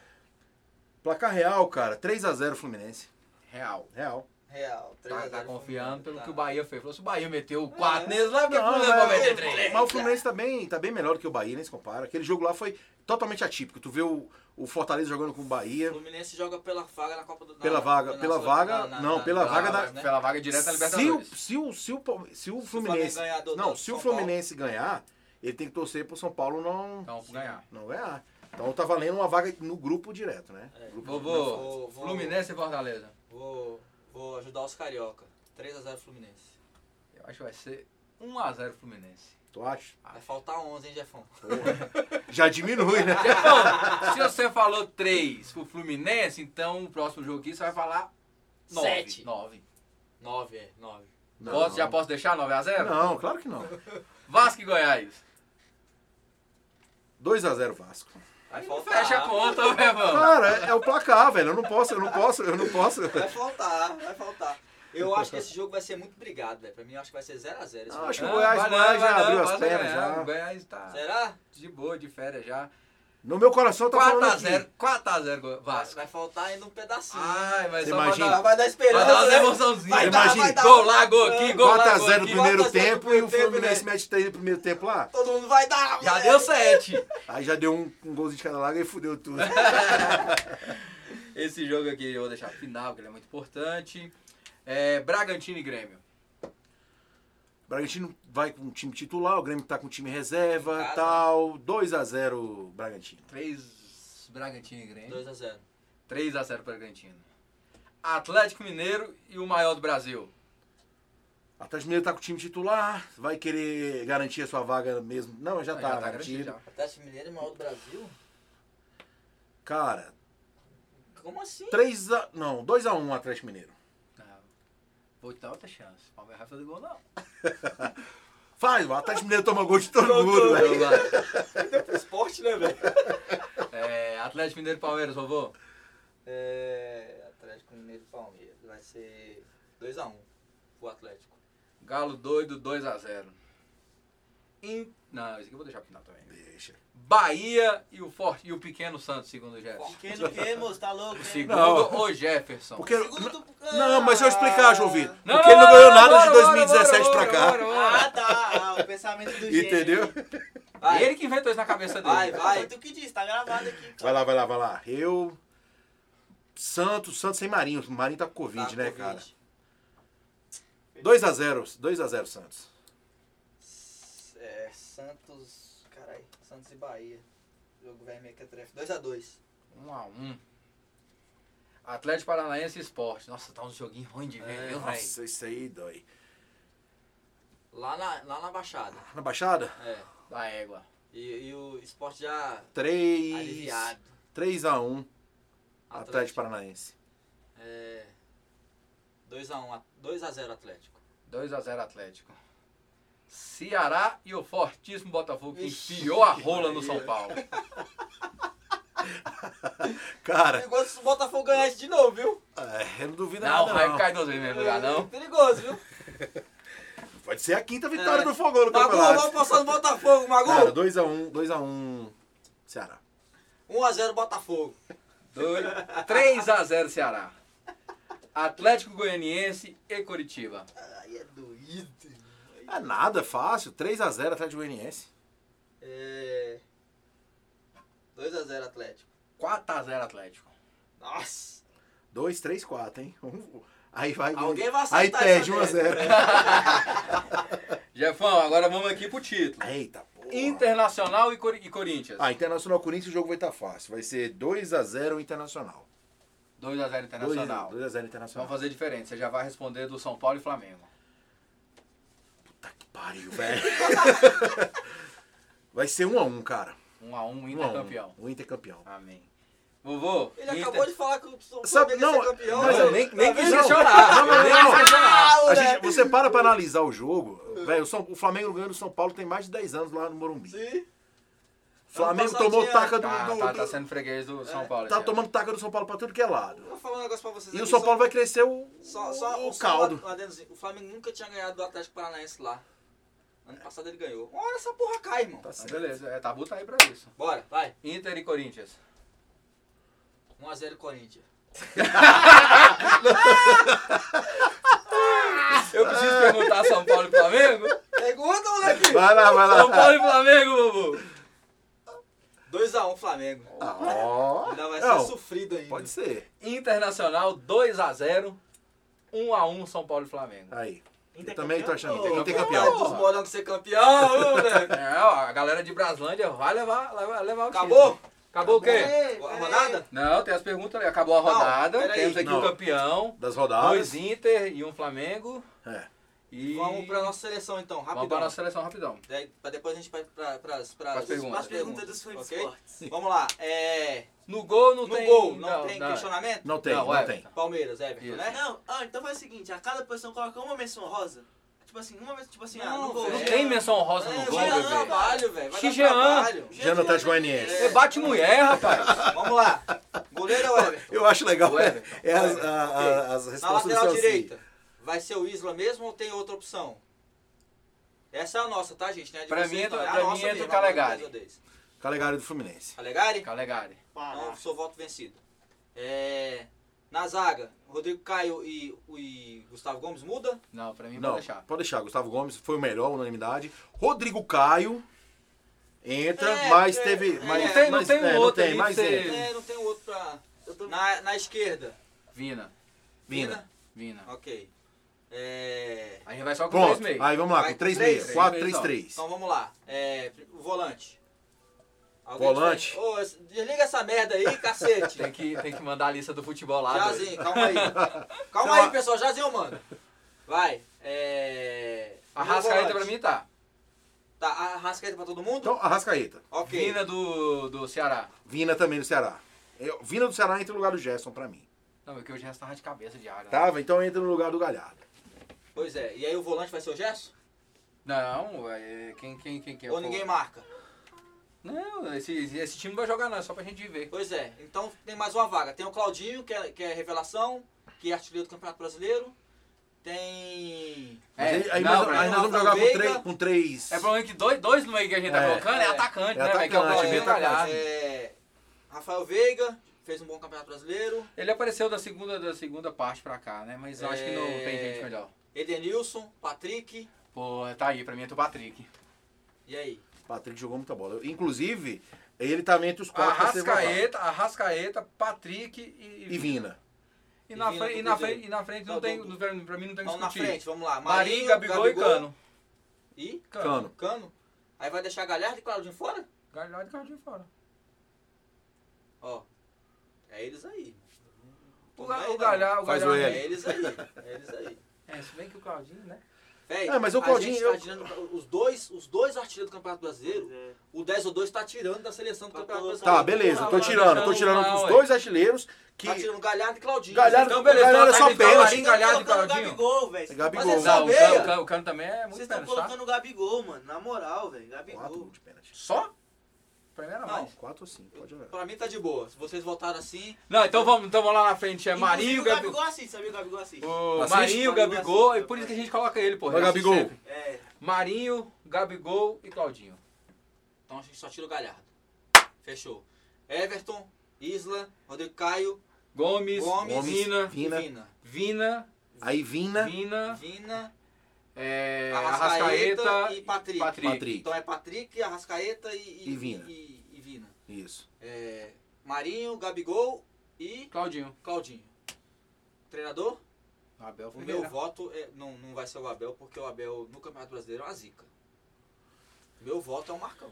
S1: Placar real, cara. 3x0 Fluminense.
S3: Real.
S1: Real.
S2: Real, três a
S3: Tá,
S2: zero
S3: tá
S2: pro
S3: confiando
S2: Fluminense,
S3: pelo
S2: tá.
S3: que o Bahia fez. Falou, se o Bahia meteu 4
S1: é.
S3: neles lá, porque o
S1: Não,
S3: Fluminense vai
S1: mas-
S3: meter 3.
S1: Mas o Fluminense tá bem, tá bem melhor do que o Bahia, nem se compara. Aquele jogo lá foi totalmente atípico. Tu vê o, o Fortaleza jogando com o
S2: O
S1: Bahia.
S2: Fluminense joga pela vaga na Copa do
S1: Pela vaga- pela vaga- não, pela vaga da-
S2: né?
S3: Pela vaga direta da
S1: Se o,
S3: Libertadores.
S1: se o, se o, Palme- se o
S2: Flamengo
S1: Fluminense.
S2: ganhar do-
S1: Não,
S2: do
S1: se o
S2: São Paulo.
S1: Fluminense ganhar, ele tem que torcer pro São Paulo não,
S3: Então, vou ganhar.
S1: não ganhar. Então tá valendo uma vaga no grupo direto, né?
S2: É.
S1: Grupo
S3: Vou,
S1: direto.
S3: vou.
S2: Vou- vou-
S3: Fluminense e Fortaleza.
S2: Vou, vou ajudar os carioca. 3x0 Fluminense.
S3: Eu acho que vai ser 1x0 Fluminense.
S1: Tu acha?
S2: Vai faltar 11, hein, Jefão?
S1: Porra. Já diminui, né?
S3: Jefão, se você falou 3 pro Fluminense, então o próximo jogo aqui você vai falar 9.
S2: Sete.
S3: 9.
S2: 9, é, 9.
S1: Não.
S3: Posso, já posso deixar 9x0?
S1: Não, claro que não.
S3: Vasco e Goiás.
S1: 2x0 Vasco.
S2: Vai
S3: Fecha
S2: Tá.
S3: a conta, meu irmão.
S1: Cara, é, é o placar, velho. Eu não posso, eu não posso, eu não posso.
S2: Vai faltar, vai faltar. Eu acho que esse jogo vai ser muito brigado, velho. Pra mim, eu acho que vai ser 0x0.
S1: Ah, acho que o Goiás
S3: vai
S1: vai, já
S3: vai
S1: abriu as
S3: passa
S1: pernas,
S3: Goiás.
S1: já.
S3: O Goiás tá
S2: Será?
S3: de boa, de férias já.
S1: No meu coração tá falando aqui.
S3: 4x0, 4x0 Vasco.
S2: Vai faltar ainda um pedacinho.
S3: Ai, mas
S1: Você
S3: só pra
S1: imagina?
S3: dar-
S2: Vai- vai dar esperança.
S3: Vai dar as
S2: né?
S3: emoçãozinhas.
S2: Vai dar,
S1: Imagina.
S2: vai dar.
S3: Gol lá, gol aqui, gol lá,
S1: 4x0
S3: gol
S1: no
S3: aqui.
S1: primeiro
S2: 4x0
S1: tempo
S2: no
S1: e o
S2: primeiro
S1: Fluminense
S2: tempo,
S1: mete 3 no primeiro tempo lá.
S2: Todo mundo vai dar.
S3: Já
S2: moleque.
S3: deu 7.
S1: Aí já deu um, um golzinho de cada lado e fudeu tudo.
S3: Esse jogo aqui eu vou deixar pro final, porque ele é muito importante. É, Bragantino e Grêmio.
S1: O Bragantino vai com o time titular, o Grêmio tá com o time reserva,
S2: Em casa.
S1: tal. 2x0 Bragantino.
S3: 3 Bragantino e Grêmio.
S2: 2x0.
S3: 3 a 0 Bragantino. Atlético Mineiro e o maior do Brasil.
S1: O Atlético Mineiro tá com o time titular, vai querer garantir a sua vaga mesmo. Não, já,
S3: Ah,
S1: tá, garantido.
S3: garantido, já.
S2: Atlético Mineiro é o maior do Brasil?
S1: Cara,
S2: Como assim?
S1: 3 a... Não, 2x1 o Atlético Mineiro.
S3: Ah, Vou te dar outra chance. O Palmeiras vai fazer gol, não.
S1: Faz, o Atlético Mineiro toma gol de todo
S2: Todo
S1: mundo,
S2: mundo.
S1: velho.
S3: Então vai.
S2: Esporte, né, velho?
S3: É, Atlético Mineiro e Palmeiras, vovô.
S2: É. Atlético Mineiro e Palmeiras. Vai ser 2x1 o Atlético.
S3: Galo doido, 2x0. In... Não, esse aqui eu vou deixar pro final também.
S1: Deixa.
S3: Bahia e o, Forte, e o pequeno Santos, segundo o Jefferson.
S4: Pequeno que, moço, tá louco,
S3: O
S4: hein?
S3: segundo,
S1: né? Não.
S3: o Jefferson.
S1: Porque...
S4: Segundo-
S1: Não, mas deixa eu explicar, João Vitor.
S3: Não,
S1: Porque ele não
S3: não,
S1: ganhou
S3: não,
S1: nada
S3: bora,
S1: de
S3: bora,
S1: 2017
S3: bora,
S1: pra cá.
S3: bora,
S4: Ah, tá. Ah, o pensamento do gênio.
S1: Entendeu?
S2: Vai.
S3: Ele que inventou isso na cabeça dele.
S2: Vai, vai.
S4: Foi tu que disse, tá gravado aqui.
S1: Vai lá, vai lá, vai lá. Eu. Santos, Santos sem Marinho. O Marinho tá com Covid,
S2: Tá,
S1: né,
S2: Covid.
S1: cara? 2x0. 2x0, Santos.
S2: É, Santos. Carai, Santos e Bahia. Jogo vai meio que é trefe. 2x2.
S3: 1 a 1 Atlético Paranaense e Esporte. Nossa, tá um joguinho ruim de ver,
S2: É,
S3: viu, velho?
S1: Nossa, isso aí dói.
S2: Lá na, lá na Baixada.
S1: Na Baixada?
S2: É.
S3: Da égua.
S2: E, e o esporte já
S1: 3.
S2: aliviado.
S1: 3x1, Atlético
S2: Atlético.
S1: Paranaense.
S2: É. 2x1. 2x0 Atlético.
S3: 2 a 0 Atlético. Ceará e o fortíssimo Botafogo que
S2: Ixi,
S3: enfiou a rola no São Paulo.
S1: Cara,
S2: É Perigoso se o Botafogo ganhar isso de novo, viu?
S1: é, eu não duvido
S3: Não,
S1: nada.
S3: vai
S1: Não.
S3: cair duas vezes no
S2: é
S3: mesmo lugar, não.
S2: Perigoso, viu?
S1: Pode ser a quinta vitória
S2: É.
S1: do Fogão no
S2: Magu, vamos
S1: campeonato.
S2: passar no Botafogo,
S1: Cara,
S2: Magu.
S1: 2x1, 2x1, Ceará.
S2: 1x0 Botafogo.
S3: 3 a 0 Ceará. Atlético Goianiense e Curitiba.
S2: Aí é doído.
S1: É nada, fácil. 3x0, Atlético Goianiense.
S2: É. 2x0 Atlético.
S3: 4 a 0 Atlético.
S2: Nossa.
S1: 2, 3, 4, hein? Um- Aí vai.
S2: Alguém vai
S1: Aí
S2: acertar né?
S1: perde
S2: essa dessa.
S1: 1x0.
S3: Jefão, agora vamos aqui pro título.
S1: Eita, porra.
S3: Internacional e, Cori- e Corinthians.
S1: Ah, Internacional Corinthians, o jogo vai estar fácil. Vai ser 2x0 Internacional.
S3: 2 a 0 Internacional.
S1: 2x0
S3: Vamos
S1: Internacional.
S3: fazer diferente. Você já vai responder do São Paulo e Flamengo.
S1: Puta que pariu, velho. vai ser 1x1, cara.
S3: 1 a 1
S1: 1
S3: Inter
S1: a 1.
S3: campeão.
S1: O Inter campeão.
S3: Amém. Vovô,
S2: Ele
S3: Inter-
S2: acabou de falar que o
S1: Sabe-
S2: Flamengo ia
S1: não,
S2: ser campeão.
S1: não,
S2: velho.
S3: nem, nem
S2: Tá
S3: quis
S2: vendo?
S3: questionar.
S1: Não, mas
S3: nem
S1: não.
S3: quis questionar.
S1: A
S2: né?
S1: gente- você para pra analisar o jogo, velho, o, São- o Flamengo ganhando o São Paulo tem mais de 10 anos lá no Morumbi.
S2: Sim.
S1: O Flamengo
S2: Ano
S1: tomou
S2: passadinho,
S1: taca do,
S3: Tá,
S1: do-
S3: tá,
S1: do-
S3: tá sendo freguês do São
S2: É,
S3: Paulo.
S1: tá
S3: esse ano.
S1: tomando taca do São Paulo pra tudo que é lado.
S2: Eu Vou falar um negócio pra vocês.
S1: E o
S2: aqui,
S1: São
S2: só-
S1: Paulo vai crescer o,
S2: Só, só
S1: o
S2: só
S1: caldo.
S2: um adendozinho. O Flamengo nunca tinha ganhado do Atlético Paranaense lá. Ano passado ele ganhou. Uma hora essa porra cai, irmão.
S1: Tá
S3: Ah,
S1: certo.
S3: beleza, é, Tabu tá aí pra isso.
S2: Bora, vai.
S3: Inter e Corinthians.
S2: 1x0 Corinthians.
S3: Eu preciso
S2: É.
S3: perguntar São Paulo e Flamengo?
S2: Pergunta, moleque!
S1: Vai lá, vai
S3: São
S1: lá.
S3: Paulo e Flamengo, Bobo!
S2: 2x1 Flamengo.
S1: Ó.
S2: Ainda vai ser
S1: Não,
S2: sofrido ainda.
S1: Pode ser.
S3: Internacional 2x0, 1x1 São Paulo e Flamengo.
S1: Aí.
S4: Inter
S1: Eu também tô achando.
S4: campeão?
S2: Ô,
S1: Inter
S2: vontade
S1: campeão.
S2: Dos morangos ser campeão, ô, moleque.
S3: É, ó, a galera de Braslândia vai levar, levar, levar o
S2: Acabou?
S3: título. Acabou o quê?
S4: Ei,
S2: A
S4: peraí.
S2: rodada?
S3: Não, tem as perguntas ali. Acabou a rodada,
S2: peraí.
S3: temos aqui o
S1: Não.
S3: campeão,
S1: Das
S3: dois
S1: rodadas.
S3: Inter e um Flamengo.
S1: É.
S3: E
S2: Vamos pra nossa seleção então,
S3: Vamos pra
S2: rapidão.
S3: nossa seleção rapidão.
S2: Daí, pra depois a gente vai pra, pras, pras,
S3: Pras perguntas.
S4: As perguntas dos fãs
S2: Ok?
S4: de esportes.
S2: Vamos lá. É,
S3: No gol não
S2: no
S3: tem...
S2: gol, não, tem questionamento?
S1: Não tem,
S3: Não,
S1: não,
S3: é.
S1: tem.
S2: Palmeiras, Everton,
S3: Isso.
S2: né?
S4: Não, ó, então faz o seguinte, a cada posição coloca uma menção rosa. Tipo assim, uma menção, tipo assim, ah,
S2: Não,
S4: no gol.
S2: velho.
S3: Não tem menção rosa
S2: É,
S3: no gol,
S2: vai dar
S3: bebê.
S2: trabalho, velho. Vai dar
S3: Xijean.
S2: trabalho.
S1: Já no Atlético Goianiense.
S3: Você É, bate mulher, rapaz.
S2: Vamos lá. Goleiro é o Everton.
S1: Eu acho legal
S3: O
S1: é,
S3: Everton.
S1: é as, a- a- as
S2: Na
S1: respostas do
S2: lateral
S1: Celso.
S2: direita, vai ser o Isla mesmo ou tem outra opção? Essa é a nossa, tá, gente? Não é de
S3: Pra
S2: vocês,
S3: mim entra-
S2: não. É a
S3: pra mim
S2: nossa
S3: entra o
S2: mesmo,
S3: Calegari.
S2: a deles.
S1: Calegari do Fluminense.
S2: Calegari?
S3: Calegari.
S2: Não,
S4: Pará.
S2: sou voto vencido. É, na zaga, Rodrigo Caio e, e Gustavo Gomes muda.
S3: Não, pra mim
S1: Não,
S3: pode deixar.
S1: pode deixar. Gustavo Gomes foi o melhor, unanimidade. Rodrigo Caio entra,
S2: É,
S1: mas
S2: é,
S1: teve.
S2: é.
S1: mas,
S2: Não
S3: tem- não
S1: mas-
S3: tem um
S1: é,
S3: outro
S1: tem,
S3: ali
S1: mas
S3: pra você-
S1: entra.
S2: É, não tem outro pra.
S4: Eu tô-
S2: Na, na esquerda,
S3: Vina,
S1: Vina.
S3: Vina.
S2: Ok. É,
S3: A gente vai só com dois
S1: Pronto.
S3: meios.
S1: Aí vamos lá,
S2: Vai
S1: com 3
S2: três,
S1: meia.
S2: três,
S1: 4, 3,
S3: três, ó.
S1: 3.
S2: Então vamos lá. É, o volante.
S1: Volante.
S2: diferente? Ô, esse- desliga essa merda aí, cacete.
S3: Tem que, tem que mandar a lista do futebol lá. doido.
S2: Jazinho, calma aí. Calma aí, pessoal. Jazinho, mano. Vai. É.
S3: A Rascaeta
S2: volante.
S3: pra mim tá.
S2: Tá, a Rascaeta pra todo mundo?
S1: Então, Arrascaeta.
S2: ok.
S3: Vina do, do Ceará.
S1: Vina também do Ceará. Eu- Vina do Ceará entra no lugar do Gerson pra mim.
S3: Não, é que hoje o resto tava de cabeça de área. né?
S1: Tava? Então entra no lugar do Galhardo.
S2: Pois é. E aí o volante vai ser o Gerson?
S3: Não, é, quem, quem, quem, quem?
S2: Ou ninguém marca?
S3: Não, esse, esse time não vai jogar não, é só pra gente ver.
S2: Pois é. Então tem mais uma vaga. Tem o Claudinho, que é, que é revelação, que é artilheiro do Campeonato Brasileiro. Tem.
S1: Mas
S3: É,
S1: aí, aí
S3: não,
S1: nós,
S3: pra
S1: aí
S3: mim
S1: nós
S2: não.
S1: vamos jogar com
S2: Veiga.
S1: três, com três.
S3: É problema que dois, dois no meio que a gente tá
S1: É.
S3: colocando é,
S2: É.
S3: atacante,
S1: É
S3: né, velho? Que é
S1: atacante,
S3: o Claudinho e o
S1: bem
S3: Galhardo.
S2: é, Rafael Veiga, fez um bom Campeonato Brasileiro.
S3: Ele apareceu da segunda, da segunda parte pra cá, né? Mas eu acho que não
S2: É.
S3: tem gente melhor.
S2: Edenilson, Patrick.
S3: Pô, tá aí, pra mim é o Patrick.
S2: E aí?
S1: Patrick jogou muita bola. Inclusive, ele também entre os quatro pra ser votado.
S3: Arrascaeta, Arrascaeta, Patrick e,
S1: E Vina.
S3: E na,
S2: E
S3: frente,
S2: Vina
S3: e,
S2: do
S3: na
S2: Cruzeiro.
S3: frente, e na frente não
S2: Não,
S3: tem,
S2: do-
S3: não- pra mim pra mim não tem o que
S2: Vamos na
S3: discutir.
S2: frente, vamos lá.
S3: Marinho,
S2: Marinho,
S3: Gabigol, e Cano.
S2: E
S1: Cano.
S2: Cano. Aí vai deixar Galhardo e Claudinho fora?
S3: Galhardo e Claudinho fora.
S2: Ó. É eles aí.
S3: O,
S2: Não
S3: Ga-
S2: vai,
S3: o
S2: não.
S3: Galhardo... O
S1: Faz o
S3: Galhardo-
S1: L.
S2: É eles aí. É eles aí.
S3: É, se bem que o Claudinho, né?
S2: Véi,
S1: É, mas o
S2: a
S1: Claudinho,
S2: gente
S1: eu-
S2: tá tirando- os, dois, os dois artilheiros do Campeonato Brasileiro,
S4: É.
S2: o 10 ou 2 tá tirando da seleção do
S4: Tá
S2: Campeonato Brasileiro.
S4: colocando-
S1: Tá, beleza. Eu tô
S3: Não,
S1: tirando. eu Tô
S3: não,
S1: tirando
S3: não,
S1: os
S3: ué.
S1: dois artilheiros que.
S2: Tá tirando Galhardo e Claudinho.
S1: Galhardo-
S2: Então,
S3: Então, beleza.
S1: Galhardo é
S3: então,
S1: só
S3: tá
S1: pênalti.
S3: Claudinho, Galhardo e
S4: colocando o
S3: Claudinho.
S4: Gabigol, velho.
S1: Gabigol.
S2: Mas é
S3: Não, o
S2: Sabeia.
S3: Cano, o Cano, o Cano também é muito
S4: Vocês estão
S3: pênalti, tá?
S4: colocando o Gabigol, mano. Na moral, velho.
S1: Quatro
S4: Gabigol.
S1: gols de pênalti.
S3: Só? Pra mim era
S2: Não.
S3: mais.
S1: Quatro ou cinco, pode jogar.
S2: Pra mim tá de boa. Se vocês votaram assim,
S3: Não, então vamos, então vamos lá na frente. É
S4: Inclusive,
S3: Marinho,
S4: o
S3: Gabigol.
S4: Gabigol assiste, sabia o Gabigol assiste?
S3: O
S1: Assiste?
S3: Marinho,
S2: um
S4: Gabigol
S3: Gabigol,
S4: assiste.
S3: e por isso que a gente coloca ele, pô.
S1: Vai,
S3: Ele assiste
S1: Gabigol.
S3: sempre.
S4: É.
S3: Marinho, Gabigol e Claudinho.
S2: então a gente só tira o Galhardo. Fechou. Everton, Isla, Rodrigo Caio,
S3: Gomes,
S2: Gomes,
S1: Vina.
S3: Vina,
S1: Vina.
S2: e Vina.
S3: Vina,
S1: Aí Vina,
S3: Vina,
S2: Vina,
S3: é,
S2: Arrascaeta
S3: Arrascaeta
S2: e Patrick.
S1: Patrick.
S2: Então é Patrick, Arrascaeta e,
S1: E Vina.
S2: E, e Vina.
S1: Isso.
S2: É, Marinho, Gabigol e
S3: Claudinho.
S2: Claudinho. Treinador,
S3: Abel
S2: o meu
S3: Ferreira.
S2: voto é- não, não vai ser o Abel, porque o Abel no Campeonato Brasileiro é uma zica. Meu voto é o Marcão.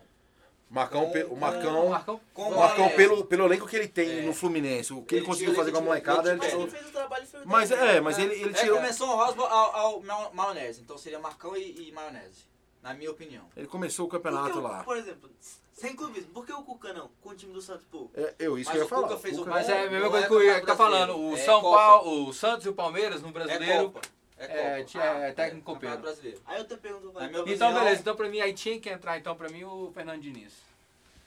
S1: Marcão, pe- o Marcão.
S3: Então, Marcão. é
S2: Com
S1: o Marcão,
S2: Moleque.
S1: pelo, pelo elenco que ele tem
S2: É.
S1: no Fluminense, o que ele
S2: Ele
S1: conseguiu
S2: tira-
S1: fazer com a
S2: ele tira-
S1: molecada, ele
S2: ele tira-
S4: Mas
S1: tirou.
S4: ele fez o trabalho e foi o
S1: Mas
S4: dele,
S1: é,
S4: né?
S1: mas ele, ele
S2: É,
S1: tirou.
S2: começou o Rosbo ao, ao ma- maionese, então seria Marcão e, e maionese. na minha opinião.
S1: Ele começou o
S4: Por
S1: campeonato
S4: que o-
S1: lá.
S4: Por exemplo, sem clubismo, por que o Cuca não? Com o time do Santos, pô.
S1: É, eu, isso
S2: Mas
S1: que eu ia
S2: o Cuca
S1: falar.
S2: fez o
S1: Cuca-
S3: Mas é a mesma
S2: Não
S3: coisa
S2: é
S3: que eu ia
S2: campeonato
S3: tá falando.
S2: brasileiro,
S3: O
S2: é
S3: São
S2: Copa.
S3: Paulo, o Santos e o Palmeiras no
S2: é
S3: brasileiro.
S2: Copa.
S3: é,
S2: É, Copa.
S3: tinha- é técnico
S2: Campeonato
S3: copeiro.
S2: brasileiro.
S4: Aí eu te pergunto,
S2: Na minha
S3: Então,
S2: Opinião.
S3: beleza. Então, pra mim, aí tinha que entrar, então, pra mim, o Fernando Diniz.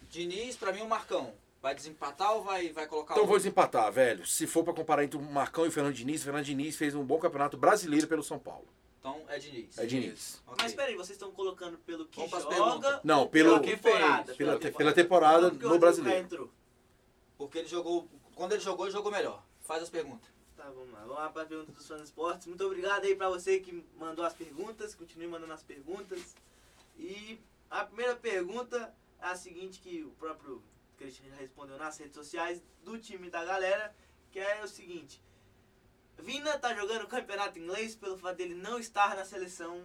S2: Diniz, pra mim, é o Marcão. Vai desempatar ou vai, vai colocar
S1: Então
S2: o...
S1: vou desempatar, velho. Se for pra comparar entre o Marcão e o Fernando Diniz, o Fernando Diniz fez um bom campeonato brasileiro pelo São Paulo.
S2: Então é Diniz.
S1: É Diniz.
S2: Ok.
S4: Mas peraí, vocês estão colocando pelo que
S2: Vamos pras
S4: joga.
S2: perguntas.
S1: Não, pelo,
S4: pela
S3: Que
S4: temporada.
S3: fez,
S1: pela, te- pela temporada
S4: Porque o
S1: no
S4: Rodrigo
S1: brasileiro.
S4: Caio entrou.
S2: Porque ele jogou... Quando ele jogou, ele jogou melhor. Faz as perguntas.
S4: Tá, vamos lá. Vamos lá para a pergunta dos fãs esportes. Muito obrigado aí pra você que mandou as perguntas, continue mandando as perguntas. E a primeira pergunta é a seguinte que o próprio Cristiano já respondeu nas redes sociais do time da galera, que é o seguinte. Vina tá jogando o campeonato inglês pelo fato dele não estar na seleção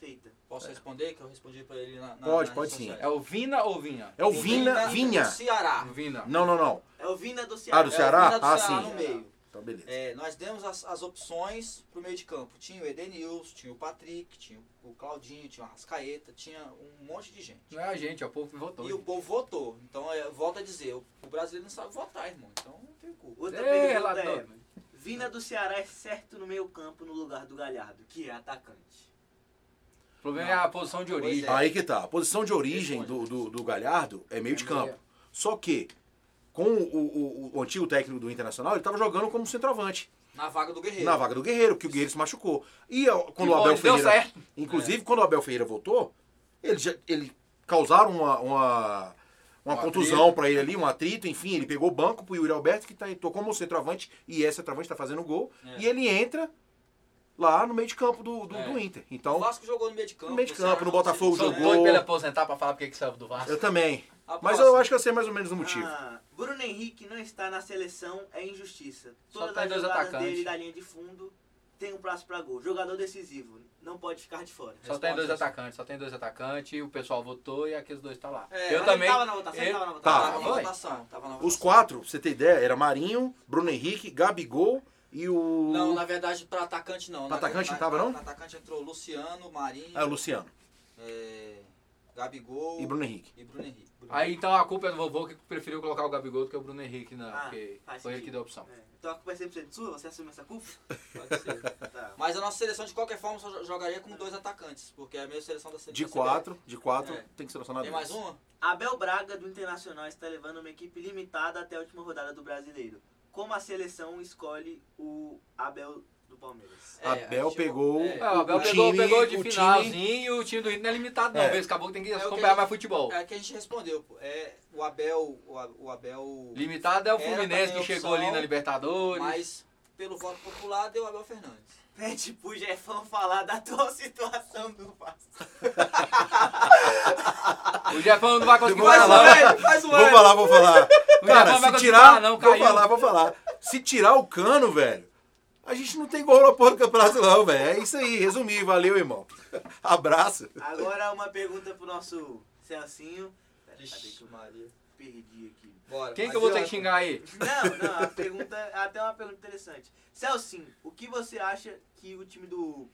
S4: feita.
S2: Posso responder? Que eu respondi pra ele na... na
S1: É. Pode,
S2: nas
S1: pode
S2: redes
S1: sim.
S2: sociais.
S3: É o Vina ou Vinha?
S1: É o Vina,
S2: do
S1: Vinha.
S2: Ceará.
S3: Vina.
S1: Não, não, não.
S4: É o Vina do
S1: Ah,
S4: Ceará.
S1: do
S2: É o
S1: Ceará?
S2: Vina do
S1: Ah,
S2: Ceará
S1: sim.
S2: no meio.
S1: Então, beleza.
S2: É, nós demos as, as opções pro meio de campo. Tinha o Edenilson, tinha o Patrick, tinha o Claudinho, tinha o Arrascaeta, tinha um monte de gente.
S3: Não é a gente, é o povo que votou.
S2: E o povo votou. Então, é, volta a dizer, o, o brasileiro não sabe votar, irmão. Então, não né? tem culpa.
S4: Outra
S3: Ei,
S4: pergunta
S3: relator.
S4: é, Vina do Ceará é certo no meio campo no lugar do Galhardo, que é atacante.
S3: O problema é a posição de origem.
S2: Pois é.
S1: Aí que tá. A posição de origem do, do, do Galhardo é meio de
S3: É meia.
S1: campo. Só que, com o, o- o- o antigo técnico do Internacional, ele tava jogando como centroavante.
S2: Na vaga do Guerreiro.
S1: Na vaga do Guerreiro, porque o Guerreiro se machucou. E ó, quando
S3: É. E,
S1: o
S3: pô,
S1: Abel
S3: ele Tipo, deu
S1: Ferreira.
S3: certo. É.
S1: Inclusive, quando o Abel Ferreira voltou, ele, já, ele causaram uma, uma, uma
S3: Um
S1: contusão
S3: atrito.
S1: pra ele ali, um atrito, enfim, ele pegou o banco pro Yuri Alberto, que tá, entrou como centroavante, e esse centroavante tá fazendo gol,
S2: É.
S1: e ele entra lá no meio de campo do, do,
S3: É.
S1: do Inter.
S2: O
S1: Então,
S2: Vasco jogou no meio de campo.
S1: No meio de
S2: o
S1: campo,
S2: Ceará
S1: no
S2: não
S1: Botafogo
S2: se
S3: Sou
S1: jogou.
S2: desenvolveu.
S3: doido pra ele aposentar pra falar porque que saiu do Vasco.
S1: eu também.
S2: A
S1: Mas eu
S2: próxima.
S1: acho que eu sei mais ou menos o motivo.
S4: Ah, Bruno Henrique não está na seleção é injustiça.
S3: Só
S4: Todas
S3: tem
S4: as
S3: dois
S4: jogadas
S3: atacantes.
S4: dele da linha de fundo tem um prazo pra gol. Jogador decisivo, não pode ficar de fora.
S3: Só tem dois
S2: Resposta.
S3: atacantes, só tem dois atacantes, o pessoal votou e aqueles dois tá lá.
S2: É,
S3: eu
S4: Mas
S3: também.
S4: Ele tava na votação, ele
S3: ele-
S4: tava
S1: Tá.
S4: na
S2: Tava
S4: votação.
S2: na
S3: Vai.
S2: votação. Tava na votação.
S1: Os quatro, pra você ter ideia, era Marinho, Bruno Henrique, Gabigol e o.
S2: Não, na verdade, pra atacante
S1: Pra
S2: não. Na-
S1: atacante
S2: na-
S1: não tava, não?
S2: Pra atacante entrou Luciano, Marinho,
S1: Ah, o Luciano
S2: é, Gabigol
S1: e Bruno Henrique.
S2: e Bruno Henrique. Bruno
S3: Aí então a culpa é do vovô que preferiu colocar o Gabigol do que o Bruno Henrique, não,
S4: Ah,
S3: porque
S4: faz
S3: foi ele
S4: sentido.
S3: que deu a opção.
S4: É, Então a culpa é 100% sua, você assume essa culpa?
S2: Henrique, pode ser.
S4: Tá.
S2: Mas a nossa seleção, de qualquer forma, só jo- jogaria com dois atacantes, porque é a mesma seleção da seleção.
S1: De quatro, de quatro,
S2: É.
S1: tem que selecionar
S2: Tem mais
S1: dois.
S2: uma?
S4: Abel Braga do Internacional está levando uma equipe limitada até a última rodada do Brasileiro. Como a seleção escolhe o Abel do Palmeiras?
S2: É, a
S1: Abel
S2: gente-
S1: pegou
S2: é,
S3: É, o Abel
S1: O
S3: pegou,
S1: time-
S3: pegou de
S1: o time-
S3: finalzinho e o time do Inter não é limitado, não.
S1: É.
S3: É. Acabou que tem que
S2: É o que
S3: acompanhar
S2: a
S3: mais futebol.
S2: É que a gente respondeu, pô. É o Abel. O A- o Abel.
S3: Limitado é o
S2: Era
S3: Fluminense
S2: também
S3: que chegou
S2: opção,
S3: ali na Libertadores.
S2: Mas pelo voto popular deu Abel Fernandes.
S4: Pede pro Jefão é falar da tua situação do Vasco.
S3: Ah, O Jefão não vai conseguir
S1: Vai
S3: falar,
S1: lá.
S3: não.
S2: ano, faz um
S1: Vou falar, vou falar.
S3: Não ia
S1: Cara,
S3: falar,
S1: se
S3: mas
S1: tirar.
S3: eu não vou
S1: vou
S3: falar, não,
S1: falar,
S3: caiu.
S1: vou falar. Se tirar o cano, velho, a gente não tem gol na porra do campeonato, não, velho. É isso aí, resumir. Valeu, irmão. Abraço.
S4: Agora uma pergunta pro nosso Celcinho. Pera, cadê que
S2: Ixi,
S4: eu
S2: Maria.
S4: perdi aqui?
S2: Bora.
S3: Quem que eu vou ter que
S2: Adianta.
S3: xingar aí?
S4: Não, não, a pergunta é até uma pergunta interessante. Celcinho, o que você acha que o time do.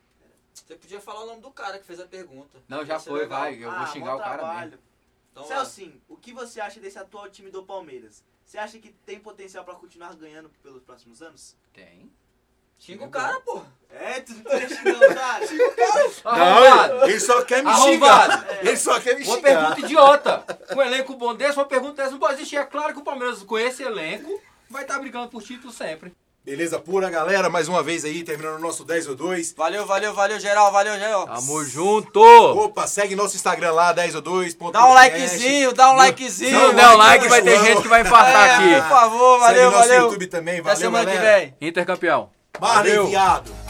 S2: Você podia falar o nome do cara que fez a pergunta.
S3: Não, já
S2: Ia ser
S3: foi,
S2: legal.
S3: vai. Eu
S4: Ah,
S3: vou xingar
S4: bom
S3: o cara
S4: trabalho.
S3: mesmo.
S2: Então, ó,
S4: Celcinho, o que você acha desse atual time do Palmeiras? Você acha que tem potencial pra continuar ganhando pelos próximos anos?
S3: Tem.
S2: xinga o cara, pô.
S4: É, tu não quer xingar o cara?
S3: Arrombado.
S1: ele só quer me
S3: Arrombado.
S1: xingar. Ele só quer me
S3: Uma
S1: xingar.
S3: pergunta idiota. Um elenco bom desse, uma pergunta dessa não pode existir. É claro que o Palmeiras, com esse elenco, vai estar brigando por título sempre.
S1: Beleza pura, galera. Mais uma vez aí, terminando o nosso 10 ou 2.
S2: Valeu, valeu, valeu, geral. Valeu, geral.
S3: Tamo junto!
S1: Opa, segue nosso Instagram lá, 10 ou 2.
S2: Dá um likezinho, dá um likezinho.
S1: Não,
S3: Se der o like, vai ter gente que vai
S2: É,
S3: infartar
S2: Por
S3: aqui.
S2: favor,
S1: Segue
S2: valeu,
S1: nosso
S2: valeu.
S1: YouTube também.
S2: Até
S1: Valeu,
S2: semana que
S1: galera.
S2: vem.
S3: Intercampeão.
S1: Barra
S2: Valeu.
S1: enviado.